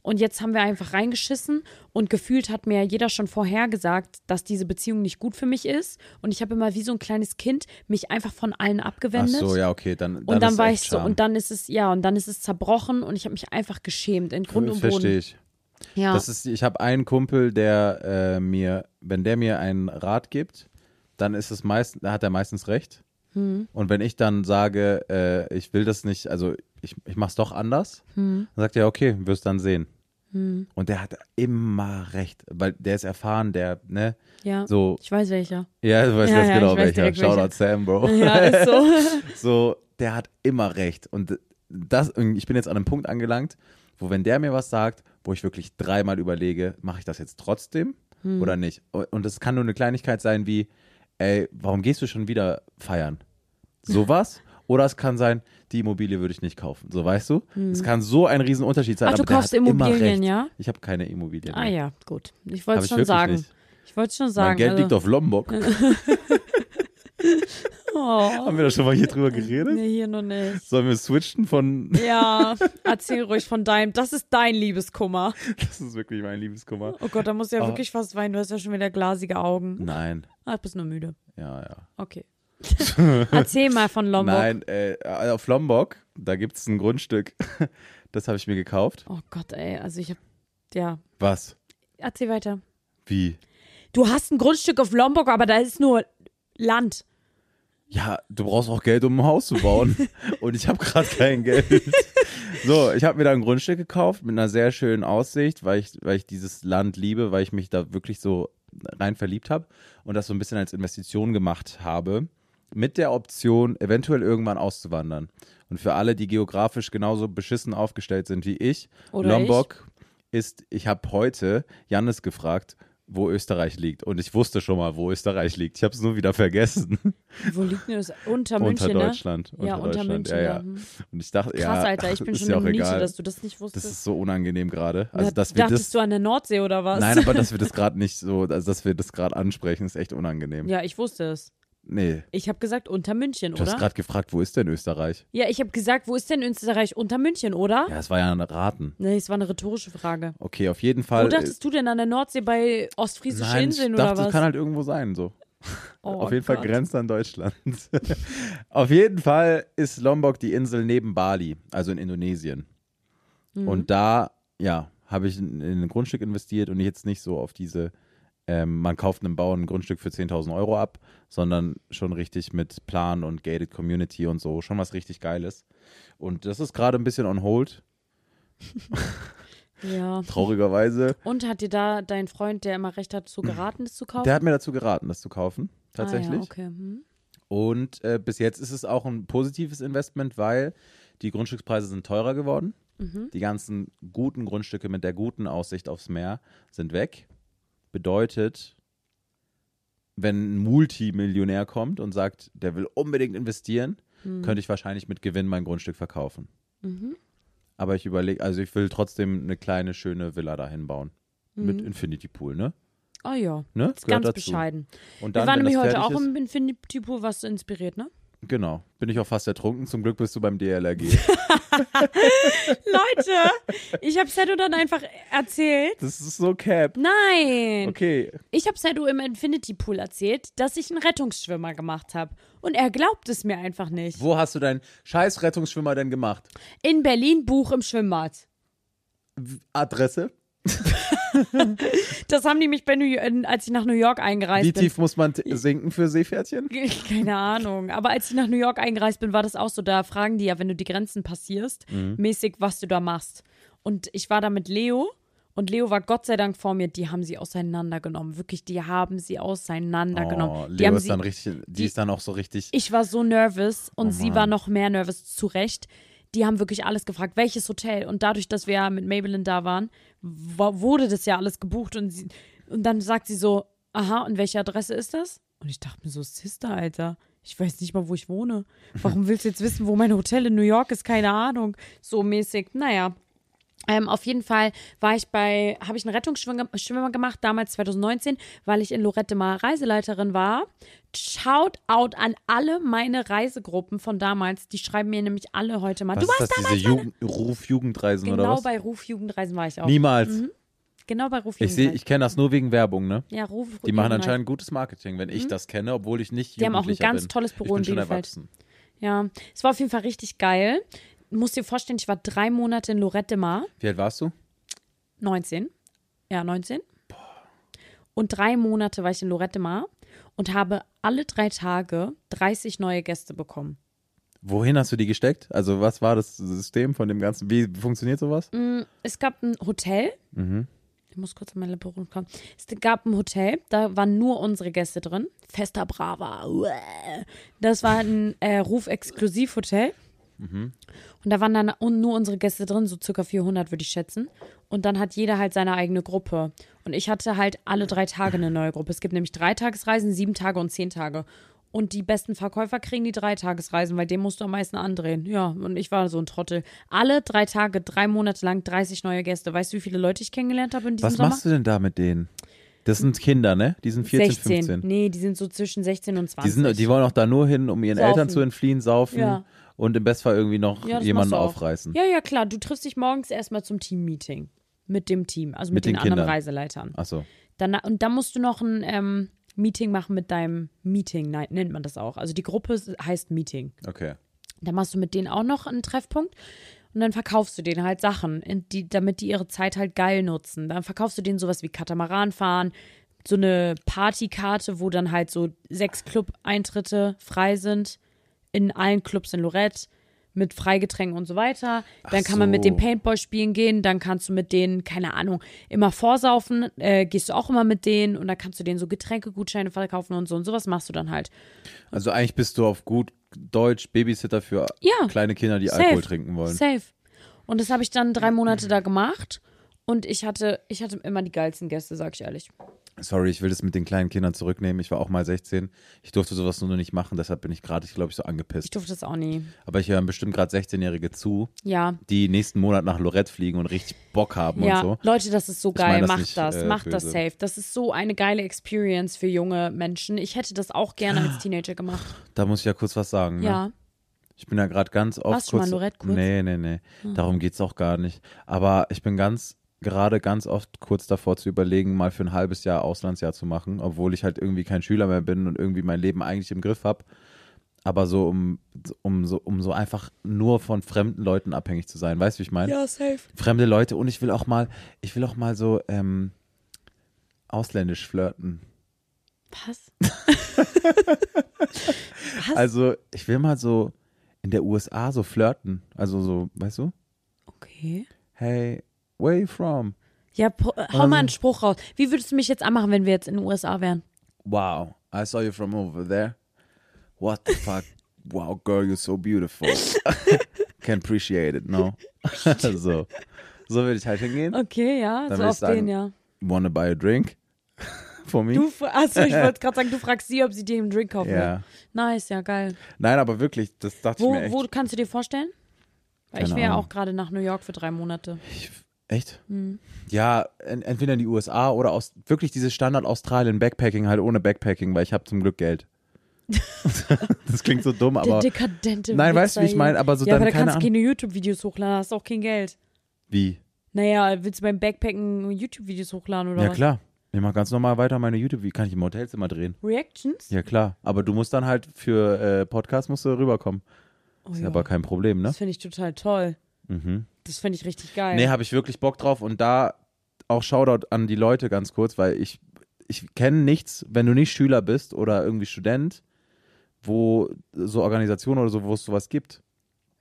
[SPEAKER 6] Und jetzt haben wir einfach reingeschissen und gefühlt hat mir jeder schon vorher gesagt, dass diese Beziehung nicht gut für mich ist. Und ich habe immer wie so ein kleines Kind mich einfach von allen
[SPEAKER 3] Ach
[SPEAKER 6] abgewendet.
[SPEAKER 3] so, ja, okay, dann, dann
[SPEAKER 6] Und dann
[SPEAKER 3] ist
[SPEAKER 6] war
[SPEAKER 3] echt
[SPEAKER 6] ich so,
[SPEAKER 3] Charme.
[SPEAKER 6] und dann ist es, ja, und dann ist es zerbrochen und ich habe mich einfach geschämt in Grund und um Boden.
[SPEAKER 3] Verstehe ich.
[SPEAKER 6] Ja.
[SPEAKER 3] Das ist, ich habe einen Kumpel, der äh, mir, wenn der mir einen Rat gibt, dann ist es meist, da hat er meistens recht.
[SPEAKER 6] Hm.
[SPEAKER 3] Und wenn ich dann sage, äh, ich will das nicht, also ich, ich mach's doch anders,
[SPEAKER 6] Hm.
[SPEAKER 3] dann sagt er, okay, wirst dann sehen. Und der hat immer recht, weil der ist erfahren, der, ne?
[SPEAKER 6] ja.
[SPEAKER 3] So,
[SPEAKER 6] Ich weiß welcher.
[SPEAKER 3] ja, du weißt
[SPEAKER 6] Ja,
[SPEAKER 3] ganz
[SPEAKER 6] ja, ich
[SPEAKER 3] genau
[SPEAKER 6] weiß
[SPEAKER 3] welcher.
[SPEAKER 6] direkt
[SPEAKER 3] Shoutout
[SPEAKER 6] welcher.
[SPEAKER 3] Sam, Bro.
[SPEAKER 6] Ja, ist so.
[SPEAKER 3] So, der hat immer recht. Und das, und ich bin jetzt an einem Punkt angelangt, wo wenn der mir was sagt, wo ich wirklich dreimal überlege, mache ich das jetzt trotzdem
[SPEAKER 6] Hm.
[SPEAKER 3] oder nicht? Und und es kann nur eine Kleinigkeit sein wie, ey, warum gehst du schon wieder feiern? Sowas? Oder es kann sein, die Immobilie würde ich nicht kaufen. So weißt du? Es kann so ein Riesenunterschied sein.
[SPEAKER 6] Hm. Ach, du
[SPEAKER 3] aber der
[SPEAKER 6] kaufst
[SPEAKER 3] hat immer
[SPEAKER 6] Immobilien,
[SPEAKER 3] recht.
[SPEAKER 6] ja?
[SPEAKER 3] Ich habe keine Immobilien.
[SPEAKER 6] Ah
[SPEAKER 3] nee.
[SPEAKER 6] ja, gut. Ich
[SPEAKER 3] Hab
[SPEAKER 6] wollte
[SPEAKER 3] ich
[SPEAKER 6] schon
[SPEAKER 3] wirklich
[SPEAKER 6] sagen.
[SPEAKER 3] nicht.
[SPEAKER 6] Ich wollte schon sagen.
[SPEAKER 3] Mein Geld
[SPEAKER 6] also,
[SPEAKER 3] liegt auf Lombok.
[SPEAKER 6] Oh,
[SPEAKER 3] Haben wir da schon mal hier drüber geredet?
[SPEAKER 6] nee, hier noch nicht.
[SPEAKER 3] Sollen wir switchen von
[SPEAKER 6] Ja, erzähl ruhig von deinem. Das ist dein Liebeskummer.
[SPEAKER 3] Das ist wirklich mein Liebeskummer.
[SPEAKER 6] Oh Gott, da musst du
[SPEAKER 3] Ah.
[SPEAKER 6] ja wirklich fast weinen. Du hast ja schon wieder glasige Augen.
[SPEAKER 3] Nein.
[SPEAKER 6] Ach, bist nur müde.
[SPEAKER 3] Ja, ja.
[SPEAKER 6] Okay. Erzähl mal von Lombok.
[SPEAKER 3] Nein, äh, auf Lombok, da gibt es ein Grundstück. Das habe ich mir gekauft.
[SPEAKER 6] Oh Gott, ey. Also ich hab. Ja.
[SPEAKER 3] Was?
[SPEAKER 6] Erzähl weiter.
[SPEAKER 3] Wie?
[SPEAKER 6] Du hast ein Grundstück auf Lombok, aber da ist nur Land.
[SPEAKER 3] Ja, du brauchst auch Geld, um ein Haus zu bauen. Und ich habe gerade kein Geld. So, ich habe mir da ein Grundstück gekauft mit einer sehr schönen Aussicht, weil ich, weil ich dieses Land liebe, weil ich mich da wirklich so rein verliebt habe und das so ein bisschen als Investition gemacht habe, mit der Option, eventuell irgendwann auszuwandern. Und für alle, die geografisch genauso beschissen aufgestellt sind wie ich,
[SPEAKER 6] Oder
[SPEAKER 3] Lombok ist, ich habe heute Jannis gefragt, wo Österreich liegt. Und ich wusste schon mal, wo Österreich liegt. Ich habe es nur wieder vergessen.
[SPEAKER 6] Wo liegt denn das? Unter,
[SPEAKER 3] unter
[SPEAKER 6] München, ne?
[SPEAKER 3] Deutschland.
[SPEAKER 6] Ja, unter
[SPEAKER 3] Deutschland.
[SPEAKER 6] München,
[SPEAKER 3] Ja, ja.
[SPEAKER 6] ja, hm.
[SPEAKER 3] Und ich dachte, ja,
[SPEAKER 6] Krass, Alter. Ich bin
[SPEAKER 3] ist
[SPEAKER 6] schon
[SPEAKER 3] ja auch
[SPEAKER 6] eine Niete,
[SPEAKER 3] egal.
[SPEAKER 6] dass du das nicht
[SPEAKER 3] Das
[SPEAKER 6] wusstest.
[SPEAKER 3] ist so unangenehm gerade.
[SPEAKER 6] Na,
[SPEAKER 3] Also, dass wir
[SPEAKER 6] dachtest
[SPEAKER 3] das.
[SPEAKER 6] du an der Nordsee oder was?
[SPEAKER 3] Nein, aber dass wir das gerade nicht so, also dass wir das gerade ansprechen, ist echt unangenehm.
[SPEAKER 6] ja, ich wusste es.
[SPEAKER 3] Nee.
[SPEAKER 6] Ich habe gesagt unter München,
[SPEAKER 3] Du hast
[SPEAKER 6] oder?
[SPEAKER 3] gerade gefragt, wo ist denn Österreich?
[SPEAKER 6] Ja, ich habe gesagt, wo ist denn Österreich unter München, oder?
[SPEAKER 3] Ja, es war ja ein Raten.
[SPEAKER 6] Nee, es war eine rhetorische Frage.
[SPEAKER 3] Okay, auf jeden
[SPEAKER 6] Wo
[SPEAKER 3] Fall.
[SPEAKER 6] dachtest du denn an der Nordsee bei ostfriesischen
[SPEAKER 3] Äh, Nein, ich
[SPEAKER 6] Inseln
[SPEAKER 3] dachte,
[SPEAKER 6] oder was?
[SPEAKER 3] das kann halt irgendwo sein, so.
[SPEAKER 6] oh,
[SPEAKER 3] Auf jeden Fall
[SPEAKER 6] Gott.
[SPEAKER 3] grenzt an Deutschland. Auf jeden Fall ist Lombok die Insel neben Bali, also in Indonesien.
[SPEAKER 6] Mhm.
[SPEAKER 3] Und da, ja, habe ich in, in ein Grundstück investiert und jetzt nicht so auf diese, ähm, man kauft einem Bauern ein Grundstück für 10.000 Euro ab, sondern schon richtig mit Plan und Gated Community und so, schon was richtig Geiles. Und das ist gerade ein bisschen on hold,
[SPEAKER 6] Ja.
[SPEAKER 3] traurigerweise.
[SPEAKER 6] Und hat dir da dein Freund, der immer recht hat, zu geraten, das zu kaufen?
[SPEAKER 3] Der hat mir dazu geraten, das zu kaufen,
[SPEAKER 6] Ah, ja,
[SPEAKER 3] tatsächlich.
[SPEAKER 6] okay. Hm.
[SPEAKER 3] Und äh, bis jetzt ist es auch ein positives Investment, weil die Grundstückspreise sind teurer geworden.
[SPEAKER 6] Mhm.
[SPEAKER 3] Die ganzen guten Grundstücke mit der guten Aussicht aufs Meer sind weg. Bedeutet, wenn ein Multimillionär kommt und sagt, der will unbedingt investieren,
[SPEAKER 6] Mhm.
[SPEAKER 3] könnte ich wahrscheinlich mit Gewinn mein Grundstück verkaufen. Aber ich überlege, also ich will trotzdem eine kleine, schöne Villa dahin bauen. Mit Infinity Pool, ne?
[SPEAKER 6] Oh ja.
[SPEAKER 3] ne?
[SPEAKER 6] Ist
[SPEAKER 3] Gehört
[SPEAKER 6] Mhm. ganz
[SPEAKER 3] dazu.
[SPEAKER 6] bescheiden.
[SPEAKER 3] Und dann,
[SPEAKER 6] Wir waren
[SPEAKER 3] wenn
[SPEAKER 6] nämlich
[SPEAKER 3] das
[SPEAKER 6] heute
[SPEAKER 3] fertig
[SPEAKER 6] auch
[SPEAKER 3] ist,
[SPEAKER 6] im Infinity Pool, warst du inspiriert, ne?
[SPEAKER 3] Genau. Bin ich auch fast ertrunken. Zum Glück bist du beim DLRG.
[SPEAKER 6] Leute, ich habe Sedo dann einfach erzählt.
[SPEAKER 3] Das ist so cap.
[SPEAKER 6] Nein.
[SPEAKER 3] Okay.
[SPEAKER 6] Ich habe Sedo im Infinity Pool erzählt, dass ich einen Rettungsschwimmer gemacht habe. Und er glaubt es mir einfach nicht.
[SPEAKER 3] Wo hast du deinen scheiß Rettungsschwimmer denn gemacht?
[SPEAKER 6] In Berlin Buch im Schwimmbad.
[SPEAKER 3] Adresse?
[SPEAKER 6] Das haben die mich, bei New in- als ich nach New York eingereist
[SPEAKER 3] Wie
[SPEAKER 6] bin.
[SPEAKER 3] tief muss man t- sinken für Seepferdchen?
[SPEAKER 6] Keine Ahnung. Aber als ich nach New York eingereist bin, war das auch so. Da fragen die ja, wenn du die Grenzen passierst,
[SPEAKER 3] Mhm.
[SPEAKER 6] mäßig, was du da machst. Und ich war da mit Leo und Leo war Gott sei Dank vor mir. Die haben sie auseinandergenommen. Wirklich, die haben sie auseinandergenommen.
[SPEAKER 2] genau.
[SPEAKER 3] Oh,
[SPEAKER 6] die
[SPEAKER 3] Leo
[SPEAKER 6] haben
[SPEAKER 3] ist
[SPEAKER 6] sie,
[SPEAKER 3] dann richtig, die,
[SPEAKER 6] die-
[SPEAKER 3] ist dann auch so richtig.
[SPEAKER 6] ich war so nervös und sie war noch mehr nervös, zu Recht. Die haben wirklich alles gefragt, welches Hotel. Und dadurch, dass wir ja mit Maybelline da waren, wa- wurde das ja alles gebucht. Und, sie, und dann sagt sie so, aha, und welche Adresse ist das? Und ich dachte mir so, Sister, Alter, ich weiß nicht mal, wo ich wohne. Warum willst du jetzt wissen, wo mein Hotel in New York ist? Keine Ahnung. So mäßig, naja.
[SPEAKER 2] Ähm, auf jeden Fall war ich bei, habe ich einen Rettungsschwimmer gem- Schwimmer gemacht, damals 2019, weil ich in Lorette Mar Reiseleiterin war. Shout out an alle meine Reisegruppen von damals. Die schreiben mir nämlich alle heute mal.
[SPEAKER 3] Was
[SPEAKER 2] du
[SPEAKER 3] ist das,
[SPEAKER 2] warst damals
[SPEAKER 3] diese Jugend, Rufjugendreisen oder
[SPEAKER 2] genau
[SPEAKER 3] was?
[SPEAKER 2] bei Rufjugendreisen war ich auch.
[SPEAKER 3] Niemals.
[SPEAKER 2] Genau bei Rufjugendreisen.
[SPEAKER 3] Ich sehe, ich kenne das nur wegen Werbung, ne?
[SPEAKER 2] ja, Ruf,
[SPEAKER 3] Die machen
[SPEAKER 2] Jugendreisen.
[SPEAKER 3] anscheinend gutes Marketing, wenn ich das kenne, obwohl ich nicht
[SPEAKER 2] Mhm. Die haben auch ein
[SPEAKER 3] Jugendlicher
[SPEAKER 2] ganz
[SPEAKER 3] bin.
[SPEAKER 2] tolles Büro
[SPEAKER 3] ich bin
[SPEAKER 2] in
[SPEAKER 3] schon
[SPEAKER 2] Bielefeld.
[SPEAKER 3] erwachsen.
[SPEAKER 2] Ja, es war auf jeden Fall richtig geil. Muss dir vorstellen, ich war drei Monate in Lorette Mar.
[SPEAKER 3] Wie alt warst du?
[SPEAKER 2] 19. Ja, 19. Und drei Monate war ich in Lorette Mar und habe alle drei Tage 30 neue Gäste bekommen.
[SPEAKER 3] Wohin hast du die gesteckt? Also was war das System von dem Ganzen? Wie funktioniert sowas?
[SPEAKER 2] Es gab ein Hotel.
[SPEAKER 3] Mhm.
[SPEAKER 2] Ich muss kurz an meine Lippe runterkommen. Es gab ein Hotel, da waren nur unsere Gäste drin. Festa Brava. uäh. Das war ein äh, Ruf-Exklusiv-Hotel. Und da waren dann un- nur unsere Gäste drin, so circa 400 würde ich schätzen. Und dann hat jeder halt seine eigene Gruppe. Und ich hatte halt alle drei Tage eine neue Gruppe. Es gibt nämlich Dreitagesreisen, sieben Tage und zehn Tage. Und die besten Verkäufer kriegen die Dreitagesreisen, weil dem musst du am meisten andrehen. Ja, und ich war so ein Trottel. Alle drei Tage, drei Monate lang 30 neue Gäste. Weißt du, wie viele Leute ich kennengelernt habe in diesem
[SPEAKER 3] Was
[SPEAKER 2] Sommer?
[SPEAKER 3] machst du denn da mit denen? Das sind Kinder, ne? Die sind 14,
[SPEAKER 2] 16.
[SPEAKER 3] 15.
[SPEAKER 2] Nee, die sind so zwischen 16 und 20.
[SPEAKER 3] Die, sind, die wollen auch da nur hin, um ihren
[SPEAKER 2] Saufen.
[SPEAKER 3] Eltern zu entfliehen, saufen
[SPEAKER 2] Ja.
[SPEAKER 3] und im Bestfall irgendwie noch
[SPEAKER 2] Ja, das machst
[SPEAKER 3] jemanden
[SPEAKER 2] du auch.
[SPEAKER 3] aufreißen.
[SPEAKER 2] Ja, ja, klar. Du triffst dich morgens erstmal zum Team-Meeting. Mit dem Team, also mit,
[SPEAKER 3] Mit den
[SPEAKER 2] anderen
[SPEAKER 3] Kindern.
[SPEAKER 2] Reiseleitern.
[SPEAKER 3] Achso.
[SPEAKER 2] Dann, und dann musst du noch ein ähm, Meeting machen mit deinem Meeting, nein, nennt man das auch. Also die Gruppe s- heißt Meeting.
[SPEAKER 3] Okay.
[SPEAKER 2] Dann machst du mit denen auch noch einen Treffpunkt und dann verkaufst du denen halt Sachen, in die, damit die ihre Zeit halt geil nutzen. Dann verkaufst du denen sowas wie Katamaran fahren, so eine Partykarte, wo dann halt so sechs Club-Eintritte frei sind in allen Clubs in Lorette mit Freigetränken und so weiter. Dann kann man mit
[SPEAKER 3] so.
[SPEAKER 2] dem Paintball spielen gehen, dann kannst du mit denen, keine Ahnung, immer vorsaufen, äh, gehst du auch immer mit denen und dann kannst du denen so Getränkegutscheine verkaufen und so und sowas machst du dann halt.
[SPEAKER 3] Also eigentlich bist du auf gut Deutsch Babysitter für
[SPEAKER 2] Ja.
[SPEAKER 3] kleine Kinder, die
[SPEAKER 2] Safe.
[SPEAKER 3] Alkohol trinken wollen.
[SPEAKER 2] Safe. Und das habe ich dann drei Monate da gemacht. Und ich hatte, ich hatte immer die geilsten Gäste, sag ich ehrlich.
[SPEAKER 3] Sorry, ich will das mit den kleinen Kindern zurücknehmen. Ich war auch mal 16. Ich durfte sowas nur noch nicht machen, deshalb bin ich gerade, ich glaube ich, so
[SPEAKER 2] Ich
[SPEAKER 3] angepisst.
[SPEAKER 2] durfte das auch nie.
[SPEAKER 3] Aber ich höre bestimmt gerade 16-Jährige zu,
[SPEAKER 2] Ja.
[SPEAKER 3] die nächsten Monat nach Lorette fliegen und richtig Bock haben
[SPEAKER 2] Ja,
[SPEAKER 3] und so.
[SPEAKER 2] Leute, das ist so geil.
[SPEAKER 3] meine das
[SPEAKER 2] macht
[SPEAKER 3] nicht,
[SPEAKER 2] das,
[SPEAKER 3] äh,
[SPEAKER 2] macht das
[SPEAKER 3] böse.
[SPEAKER 2] safe. Das ist so eine geile Experience für junge Menschen. Ich hätte das auch gerne als Teenager gemacht.
[SPEAKER 3] Da muss ich ja kurz was sagen. Ne?
[SPEAKER 2] Ja,
[SPEAKER 3] Ich bin ja gerade ganz oft
[SPEAKER 2] Warst du mal in Lorette kurz? Hm.
[SPEAKER 3] Nee, nee, nee. Darum geht's auch gar nicht. Aber ich bin ganz gerade ganz oft kurz davor zu überlegen, mal für ein halbes Jahr Auslandsjahr zu machen, obwohl ich halt irgendwie kein Schüler mehr bin und irgendwie mein Leben eigentlich im Griff habe. Aber so um, um so um so einfach nur von fremden Leuten abhängig zu sein, weißt du, wie ich meine? Ja, safe. Fremde Leute und ich will auch mal, ich will auch mal so ähm, ausländisch flirten.
[SPEAKER 2] was?
[SPEAKER 3] Also ich will mal so in der USA so flirten, also so, weißt du?
[SPEAKER 2] Okay.
[SPEAKER 3] Hey, where you from?
[SPEAKER 2] Ja, po- äh, hau
[SPEAKER 3] Also.
[SPEAKER 2] mal einen Spruch raus. Wie würdest du mich jetzt anmachen, wenn wir jetzt in den USA wären?
[SPEAKER 3] Wow, I saw you from over there. What the fuck? Wow, girl, you're so beautiful. Can appreciate it, no? so. So würde ich halt hingehen.
[SPEAKER 2] Okay, ja,
[SPEAKER 3] Dann
[SPEAKER 2] so
[SPEAKER 3] würd ich
[SPEAKER 2] auf
[SPEAKER 3] sagen,
[SPEAKER 2] den, ja.
[SPEAKER 3] Wanna buy a drink? For me?
[SPEAKER 2] Du, achso, ich wollte gerade sagen, du fragst sie, ob sie dir einen Drink kaufen
[SPEAKER 3] Ja.
[SPEAKER 2] will. Nice, ja, geil.
[SPEAKER 3] Nein, aber wirklich, das dachte ich mir
[SPEAKER 2] Wo,
[SPEAKER 3] echt.
[SPEAKER 2] wo kannst du dir vorstellen? Weil ich
[SPEAKER 3] Keine
[SPEAKER 2] wäre
[SPEAKER 3] Ahnung.
[SPEAKER 2] auch gerade nach New York für drei Monate.
[SPEAKER 3] Ich, echt?
[SPEAKER 2] Hm.
[SPEAKER 3] Ja, en, entweder in die USA oder aus, wirklich dieses Standard Australien Backpacking halt ohne Backpacking, weil ich habe zum Glück Geld. das klingt so dumm,
[SPEAKER 2] Der
[SPEAKER 3] aber
[SPEAKER 2] dekadente
[SPEAKER 3] Nein,
[SPEAKER 2] Wichser
[SPEAKER 3] weißt du, wie ich
[SPEAKER 2] hier.
[SPEAKER 3] meine? Aber so
[SPEAKER 2] ja,
[SPEAKER 3] dann
[SPEAKER 2] aber da
[SPEAKER 3] keine
[SPEAKER 2] kannst du
[SPEAKER 3] Ahnung.
[SPEAKER 2] keine YouTube-Videos hochladen, hast auch kein Geld.
[SPEAKER 3] wie?
[SPEAKER 2] Naja, willst du beim Backpacken YouTube-Videos hochladen oder
[SPEAKER 3] Ja
[SPEAKER 2] was?
[SPEAKER 3] klar. Ich mache ganz normal weiter meine YouTube. Wie kann ich im Hotelzimmer drehen?
[SPEAKER 2] Reactions?
[SPEAKER 3] Ja klar. Aber du musst dann halt für äh, Podcast musst du rüberkommen.
[SPEAKER 2] Oh,
[SPEAKER 3] Ist
[SPEAKER 2] ja.
[SPEAKER 3] aber kein Problem, ne?
[SPEAKER 2] Das finde ich total toll.
[SPEAKER 3] Mhm.
[SPEAKER 2] Das finde ich richtig geil.
[SPEAKER 3] Nee, habe ich wirklich Bock drauf und da auch Shoutout an die Leute ganz kurz, weil ich ich kenne nichts, wenn du nicht Schüler bist oder irgendwie Student, wo so Organisationen oder so, wo es sowas gibt.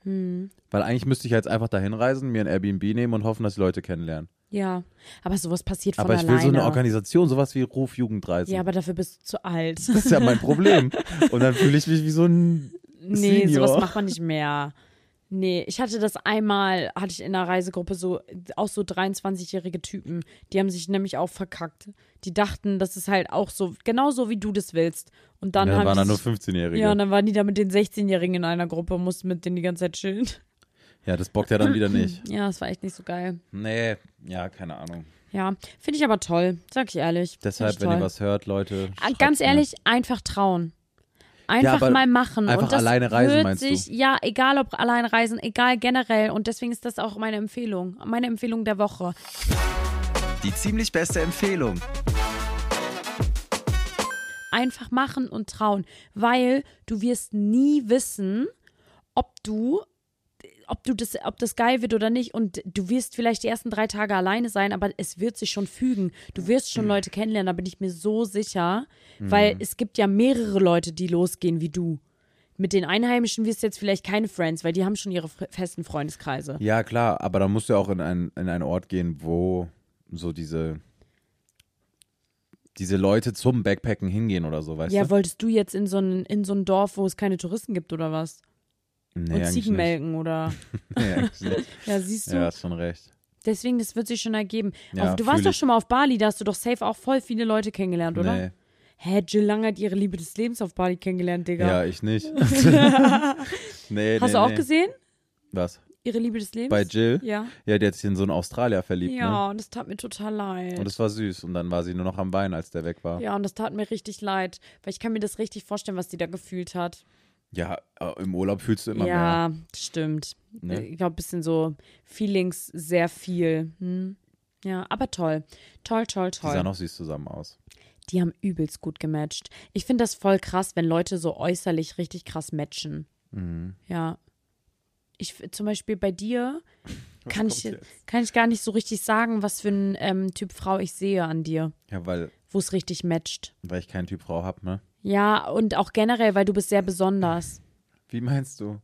[SPEAKER 2] Hm.
[SPEAKER 3] Weil eigentlich müsste ich jetzt einfach dahin reisen, mir ein Airbnb nehmen und hoffen, dass die Leute kennenlernen.
[SPEAKER 2] ja, aber sowas passiert von
[SPEAKER 3] aber ich
[SPEAKER 2] alleine.
[SPEAKER 3] will so eine Organisation, sowas wie Ruf Jugendreisen.
[SPEAKER 2] ja, aber dafür bist du zu alt.
[SPEAKER 3] Das ist ja mein Problem. Und dann fühle ich mich wie so ein
[SPEAKER 2] Nee,
[SPEAKER 3] Senior.
[SPEAKER 2] sowas macht man nicht mehr. Nee, ich hatte das einmal, hatte ich in einer Reisegruppe so, auch so 23-jährige Typen, die haben sich nämlich auch verkackt. Die dachten, das ist halt auch so, genauso wie du das willst. Und dann,
[SPEAKER 3] Ja,
[SPEAKER 6] halt
[SPEAKER 2] haben
[SPEAKER 3] waren
[SPEAKER 2] die
[SPEAKER 3] da nur
[SPEAKER 2] sich-
[SPEAKER 6] ne.
[SPEAKER 3] 15-Jährige.
[SPEAKER 2] Ja, und dann waren die da mit den 16-Jährigen in einer Gruppe und mussten mit denen die ganze Zeit chillen.
[SPEAKER 3] Ja, das bockt ja dann wieder nicht.
[SPEAKER 6] Ja, das war echt nicht so geil.
[SPEAKER 3] Nee, ja, keine Ahnung.
[SPEAKER 6] Ja, finde ich aber toll, sag ich ehrlich.
[SPEAKER 3] Deshalb,
[SPEAKER 6] Find ich
[SPEAKER 3] wenn ihr
[SPEAKER 6] toll.
[SPEAKER 3] was hört, Leute.
[SPEAKER 6] Ah,
[SPEAKER 3] schreibt's
[SPEAKER 6] Ganz
[SPEAKER 3] mir.
[SPEAKER 6] ehrlich, einfach trauen. Einfach
[SPEAKER 3] aber
[SPEAKER 6] mal machen.
[SPEAKER 3] einfach
[SPEAKER 6] und das
[SPEAKER 3] alleine reisen,
[SPEAKER 6] wird
[SPEAKER 3] meinst du?
[SPEAKER 6] sich, Ja, egal ob alleine reisen, egal generell. Und deswegen ist das auch meine Empfehlung. Meine Empfehlung der Woche.
[SPEAKER 4] Die ziemlich beste Empfehlung.
[SPEAKER 6] Einfach machen und trauen. Weil du wirst nie wissen, ob du ob du das, ob das geil wird oder nicht. Und du wirst vielleicht die ersten drei Tage alleine sein, aber es wird sich schon fügen. Du wirst schon Leute kennenlernen, da bin ich mir so sicher. Weil es gibt ja mehrere Leute, die losgehen wie du. Mit den Einheimischen wirst du jetzt vielleicht keine Friends, weil die haben schon ihre fre- festen Freundeskreise.
[SPEAKER 3] Ja, klar, aber da musst du ja auch in, ein, in einen Ort gehen, wo so diese, diese Leute zum Backpacken hingehen oder so, weißt
[SPEAKER 6] Ja,
[SPEAKER 3] du?
[SPEAKER 6] wolltest du jetzt in so ein, in so ein Dorf, wo es keine Touristen gibt oder was?
[SPEAKER 3] Nee,
[SPEAKER 6] Und
[SPEAKER 3] eigentlich
[SPEAKER 6] Ziegen
[SPEAKER 3] nicht.
[SPEAKER 6] melken oder.
[SPEAKER 3] Nee, eigentlich nicht.
[SPEAKER 6] Ja, siehst du.
[SPEAKER 3] ja, hast schon recht.
[SPEAKER 6] Deswegen, das wird sich schon ergeben.
[SPEAKER 3] Ja,
[SPEAKER 6] auf, du
[SPEAKER 3] fühl
[SPEAKER 6] warst doch
[SPEAKER 3] ich.
[SPEAKER 6] schon mal auf Bali, da hast du doch safe auch voll viele Leute kennengelernt, oder?
[SPEAKER 3] Nee.
[SPEAKER 6] Hä, Jill Lange hat ihre Liebe des Lebens auf Bali kennengelernt, Digga.
[SPEAKER 3] Ja, ich nicht. nee,
[SPEAKER 6] Hast
[SPEAKER 3] nee,
[SPEAKER 6] du auch
[SPEAKER 3] nee.
[SPEAKER 6] gesehen?
[SPEAKER 3] Was?
[SPEAKER 6] Ihre Liebe des Lebens?
[SPEAKER 3] Bei Jill?
[SPEAKER 6] Ja.
[SPEAKER 3] Ja, die hat sich in so einen Australier verliebt, ne?
[SPEAKER 6] Ja, und das tat mir total leid.
[SPEAKER 3] Und das war süß. Und dann war sie nur noch am Wein, als der weg war.
[SPEAKER 6] ja, und das tat mir richtig leid, weil ich kann mir das richtig vorstellen, was die da gefühlt hat.
[SPEAKER 3] Ja, äh, im Urlaub fühlst du immer mehr.
[SPEAKER 6] ja, das stimmt.
[SPEAKER 3] Ne?
[SPEAKER 6] Ich glaube, ein bisschen so Feelings sehr viel. Hm. Ja, aber toll. Toll, toll,
[SPEAKER 3] Die
[SPEAKER 6] toll.
[SPEAKER 3] sahen auch süß zusammen aus.
[SPEAKER 6] die haben übelst gut gematcht. Ich finde das voll krass, wenn Leute so äußerlich richtig krass matchen.
[SPEAKER 3] Mhm.
[SPEAKER 6] Ja. Ich f- zum Beispiel bei dir kann ich, kann ich gar nicht so richtig sagen, was für ein ähm, Typ Frau ich sehe an dir,
[SPEAKER 3] Ja, weil,
[SPEAKER 6] wo es richtig matcht.
[SPEAKER 3] weil ich keinen Typ Frau hab, ne?
[SPEAKER 6] Ja, und auch generell, weil du bist sehr besonders.
[SPEAKER 3] Wie meinst du?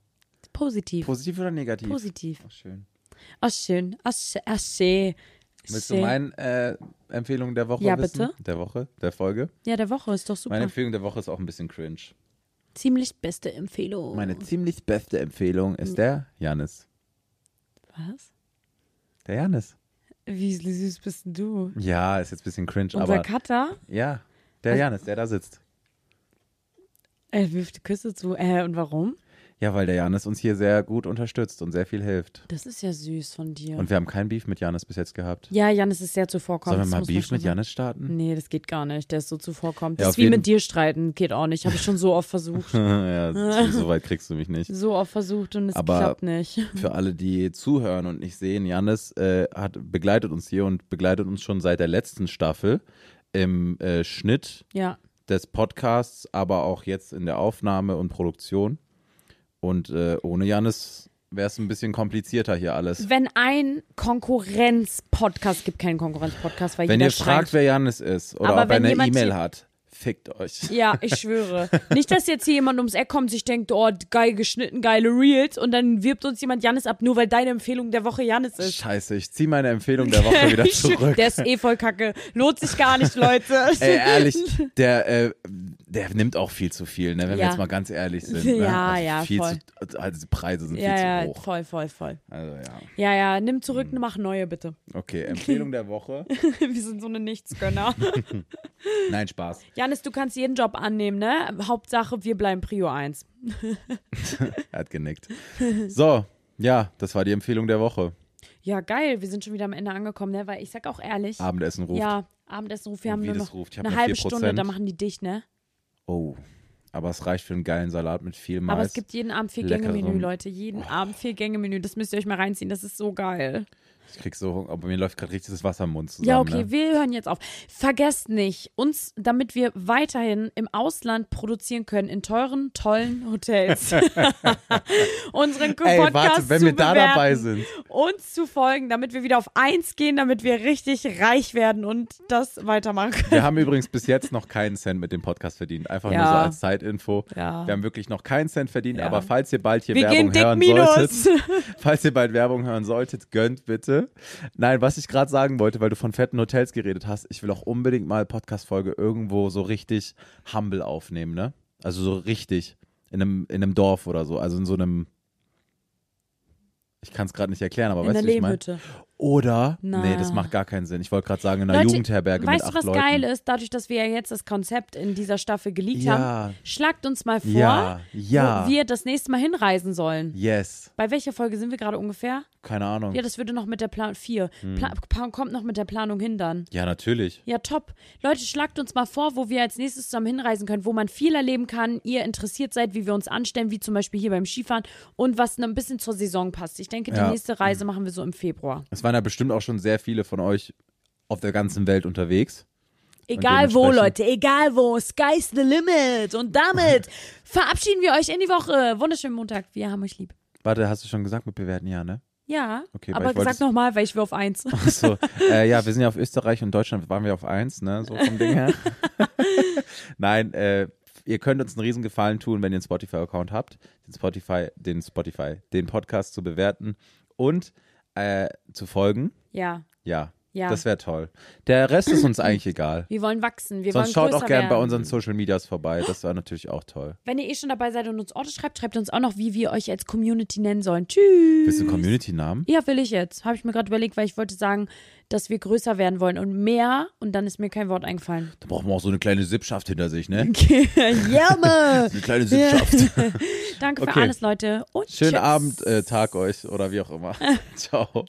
[SPEAKER 6] Positiv.
[SPEAKER 3] Positiv oder negativ?
[SPEAKER 6] Positiv.
[SPEAKER 3] Ach, schön.
[SPEAKER 6] Ach schön. Ach, sch ach schön.
[SPEAKER 3] Willst du
[SPEAKER 6] Schön.
[SPEAKER 3] meine äh, Empfehlung der Woche
[SPEAKER 6] Ja,
[SPEAKER 3] wissen?
[SPEAKER 6] bitte.
[SPEAKER 3] Der Woche, der Folge?
[SPEAKER 6] Ja, der Woche ist doch super.
[SPEAKER 3] Meine Empfehlung der Woche ist auch ein bisschen cringe.
[SPEAKER 6] Ziemlich beste Empfehlung.
[SPEAKER 3] Meine ziemlich beste Empfehlung
[SPEAKER 6] Hm.
[SPEAKER 3] ist der Janis.
[SPEAKER 6] Was?
[SPEAKER 3] Der Janis.
[SPEAKER 6] Wie süß bist denn du?
[SPEAKER 3] Ja, ist jetzt ein bisschen cringe,
[SPEAKER 6] Unser
[SPEAKER 3] aber
[SPEAKER 6] Cutter?
[SPEAKER 3] ja, der Janis, der da sitzt.
[SPEAKER 6] Er wirft Küsse zu. Äh, und warum?
[SPEAKER 3] Ja, weil der Janis uns hier sehr gut unterstützt und sehr viel hilft.
[SPEAKER 6] Das ist ja süß von dir.
[SPEAKER 3] Und wir haben keinen Beef mit Janis bis jetzt gehabt.
[SPEAKER 6] ja, Janis ist sehr zuvorkommend.
[SPEAKER 3] Sollen wir
[SPEAKER 6] das
[SPEAKER 3] mal
[SPEAKER 6] muss
[SPEAKER 3] Beef
[SPEAKER 6] schon
[SPEAKER 3] mit
[SPEAKER 6] sagen.
[SPEAKER 3] Janis starten?
[SPEAKER 6] Nee, das geht gar nicht. Der ist so zuvorkommend.
[SPEAKER 3] Ja,
[SPEAKER 6] das
[SPEAKER 3] auf
[SPEAKER 6] ist wie
[SPEAKER 3] jeden-
[SPEAKER 6] mit dir streiten. Geht auch nicht. Habe ich schon so oft versucht.
[SPEAKER 3] ja, so weit kriegst du mich nicht.
[SPEAKER 6] So oft versucht und es
[SPEAKER 3] Aber-
[SPEAKER 6] klappt nicht.
[SPEAKER 3] Für alle, die zuhören und nicht sehen, Janis äh, hat, begleitet uns hier und begleitet uns schon seit der letzten Staffel im äh, Schnitt
[SPEAKER 6] Ja.
[SPEAKER 3] des Podcasts, aber auch jetzt in der Aufnahme und Produktion. Und äh, ohne Janis wäre es ein bisschen komplizierter hier alles.
[SPEAKER 6] Wenn ein Konkurrenz-Podcast gibt, keinen Konkurrenz-Podcast, weil
[SPEAKER 3] Wenn
[SPEAKER 6] jeder
[SPEAKER 3] ihr fragt,
[SPEAKER 6] schreit.
[SPEAKER 3] wer Janis ist oder
[SPEAKER 6] Aber
[SPEAKER 3] ob er
[SPEAKER 6] wenn
[SPEAKER 3] eine
[SPEAKER 6] jemand
[SPEAKER 3] E-Mail
[SPEAKER 6] hier-
[SPEAKER 3] hat, fickt euch.
[SPEAKER 6] Ja, ich schwöre. Nicht, dass jetzt hier jemand ums Eck kommt, sich denkt, oh, geil geschnitten, geile Reels und dann wirbt uns jemand Janis ab, nur weil deine Empfehlung der Woche Janis ist.
[SPEAKER 3] Scheiße, ich ziehe meine Empfehlung der Woche wieder
[SPEAKER 6] Ich schwöre,
[SPEAKER 3] zurück.
[SPEAKER 6] Der ist eh voll kacke. Lohnt sich gar nicht, Leute.
[SPEAKER 3] Ey, ehrlich, der, äh, der nimmt auch viel zu viel, ne, wenn wir
[SPEAKER 6] Ja.
[SPEAKER 3] jetzt mal ganz ehrlich sind. Ne?
[SPEAKER 6] Ja, ja,
[SPEAKER 3] viel
[SPEAKER 6] voll.
[SPEAKER 3] Zu, also die Preise sind viel
[SPEAKER 6] Ja,
[SPEAKER 3] zu
[SPEAKER 6] ja,
[SPEAKER 3] hoch. Hm.
[SPEAKER 6] voll, voll, voll.
[SPEAKER 3] Also ja.
[SPEAKER 6] Ja, ja, nimm zurück, mach neue bitte.
[SPEAKER 3] Okay, Empfehlung der Woche.
[SPEAKER 6] Wir sind so eine Nichtsgönner.
[SPEAKER 3] Nein, Spaß.
[SPEAKER 6] Janis, du kannst jeden Job annehmen, ne? Hauptsache, wir bleiben Prio 1.
[SPEAKER 3] Er hat genickt. So, ja, das war die Empfehlung der Woche.
[SPEAKER 6] Ja, geil, wir sind schon wieder am Ende angekommen, ne? Weil ich sag auch ehrlich,
[SPEAKER 3] Abendessen ruft.
[SPEAKER 6] ja, Abendessen ruft, wir
[SPEAKER 3] Und
[SPEAKER 6] haben
[SPEAKER 3] wie
[SPEAKER 6] nur
[SPEAKER 3] das
[SPEAKER 6] noch
[SPEAKER 3] ruft. Ich hab
[SPEAKER 6] eine
[SPEAKER 3] nur
[SPEAKER 6] halbe
[SPEAKER 3] 4%.
[SPEAKER 6] Stunde, da machen die dicht, ne?
[SPEAKER 3] Oh, aber es reicht für einen geilen Salat mit viel Mais.
[SPEAKER 6] Aber es gibt jeden Abend vier
[SPEAKER 3] Leckerem-
[SPEAKER 6] Gänge-Menü, Leute. Jeden Abend vier Gänge-Menü. Das müsst ihr euch mal reinziehen. Das ist so geil.
[SPEAKER 3] ich krieg so Hunger, aber mir läuft gerade richtig das Wasser im Mund zusammen.
[SPEAKER 6] Ja, okay,
[SPEAKER 3] Ne?
[SPEAKER 6] wir hören jetzt auf. Vergesst nicht, uns, damit wir weiterhin im Ausland produzieren können, in teuren, tollen Hotels, unseren
[SPEAKER 3] Ey,
[SPEAKER 6] Podcast
[SPEAKER 3] warte, wenn
[SPEAKER 6] zu
[SPEAKER 3] wir da
[SPEAKER 6] bewerten,
[SPEAKER 3] dabei sind.
[SPEAKER 6] uns zu folgen, damit wir wieder auf eins gehen, damit wir richtig reich werden und das weitermachen können.
[SPEAKER 3] Wir haben übrigens bis jetzt noch keinen Cent mit dem Podcast verdient. Einfach nur
[SPEAKER 6] Ja.
[SPEAKER 3] so als Zeitinfo.
[SPEAKER 6] Ja.
[SPEAKER 3] Wir haben wirklich noch keinen Cent verdient, aber falls ihr bald hier
[SPEAKER 6] Wir
[SPEAKER 3] Werbung
[SPEAKER 6] gehen dick
[SPEAKER 3] hören
[SPEAKER 6] Minus.
[SPEAKER 3] solltet, falls ihr bald Werbung hören solltet, gönnt bitte. Nein, was ich gerade sagen wollte, weil du von fetten Hotels geredet hast, ich will auch unbedingt mal Podcast-Folge irgendwo so richtig humble aufnehmen, ne? Also so richtig. In einem, in einem Dorf oder so. Also in so einem. Ich kann es gerade nicht erklären, aber
[SPEAKER 6] In
[SPEAKER 3] weißt
[SPEAKER 6] der
[SPEAKER 3] du, wie ich meine?
[SPEAKER 6] Lehmhütte.
[SPEAKER 3] Oder?
[SPEAKER 6] Na.
[SPEAKER 3] Nee, das macht gar keinen Sinn. Ich wollte gerade sagen, in einer
[SPEAKER 6] Leute,
[SPEAKER 3] Jugendherberge
[SPEAKER 6] weißt
[SPEAKER 3] mit acht
[SPEAKER 6] du, was
[SPEAKER 3] Leuten.
[SPEAKER 6] geil ist? Dadurch, dass wir ja jetzt das Konzept in dieser Staffel geleakt
[SPEAKER 3] Ja.
[SPEAKER 6] haben, schlagt uns mal vor,
[SPEAKER 3] Ja, ja.
[SPEAKER 6] wo wir das nächste Mal hinreisen sollen.
[SPEAKER 3] Yes.
[SPEAKER 6] Bei welcher Folge sind wir gerade ungefähr?
[SPEAKER 3] Keine Ahnung.
[SPEAKER 6] Ja,
[SPEAKER 3] Ja,
[SPEAKER 6] das würde noch mit der Plan 4.
[SPEAKER 3] Hm.
[SPEAKER 6] Pla pa- kommt noch mit der Planung hin dann.
[SPEAKER 3] natürlich.
[SPEAKER 6] Ja, top. Leute, schlagt uns mal vor, wo wir als nächstes zusammen hinreisen können, wo man viel erleben kann, ihr interessiert seid, wie wir uns anstellen, wie zum Beispiel hier beim Skifahren und was ein bisschen zur Saison passt. Ich denke, die
[SPEAKER 3] Ja.
[SPEAKER 6] nächste Reise machen wir so im Februar.
[SPEAKER 3] Es waren ja bestimmt auch schon sehr viele von euch auf der ganzen Welt unterwegs.
[SPEAKER 6] Egal wo,
[SPEAKER 3] dementsprechend-
[SPEAKER 6] Leute, egal wo. Sky's the limit. Und damit verabschieden wir euch in die Woche. Wunderschönen Montag. Wir haben euch lieb.
[SPEAKER 3] Warte, hast du schon gesagt mit bewerten? Ja, ne?
[SPEAKER 6] Ja,
[SPEAKER 3] Okay, weil
[SPEAKER 6] aber
[SPEAKER 3] ich wollte
[SPEAKER 6] sag
[SPEAKER 3] es-
[SPEAKER 6] nochmal, weil ich will auf eins.
[SPEAKER 3] Ach So, äh, ja, wir sind ja auf Österreich und Deutschland, waren wir auf eins, ne? So vom Ding her. Nein, äh, ihr könnt uns einen riesen Gefallen tun, wenn ihr einen Spotify-Account habt, den Spotify, den Spotify, den Podcast zu bewerten und äh, zu folgen.
[SPEAKER 6] Ja,
[SPEAKER 3] Ja.
[SPEAKER 6] Ja.
[SPEAKER 3] Das wäre toll. Der Rest ist uns eigentlich egal.
[SPEAKER 6] wir wollen wachsen. Wir
[SPEAKER 3] Sonst
[SPEAKER 6] wollen
[SPEAKER 3] schaut
[SPEAKER 6] größer
[SPEAKER 3] auch gern
[SPEAKER 6] werden.
[SPEAKER 3] bei unseren Social Medias vorbei. Das wäre natürlich auch toll.
[SPEAKER 6] Wenn ihr eh schon dabei seid und uns Orte schreibt, schreibt uns auch noch, wie wir euch als Community nennen sollen. Tschüss.
[SPEAKER 3] Bist du Community-Namen?
[SPEAKER 6] Ja, will ich jetzt. Habe ich mir gerade überlegt, weil ich wollte sagen, dass wir größer werden wollen und mehr. Und dann ist mir kein Wort eingefallen.
[SPEAKER 3] Da braucht man auch so eine kleine Sippschaft hinter sich, ne?
[SPEAKER 6] ja, Mann.
[SPEAKER 3] Eine kleine Sippschaft.
[SPEAKER 6] Danke für
[SPEAKER 3] Okay.
[SPEAKER 6] alles, Leute. Und
[SPEAKER 3] Schönen
[SPEAKER 6] tschüss.
[SPEAKER 3] Abend, äh, Tag euch oder wie auch immer. Ciao.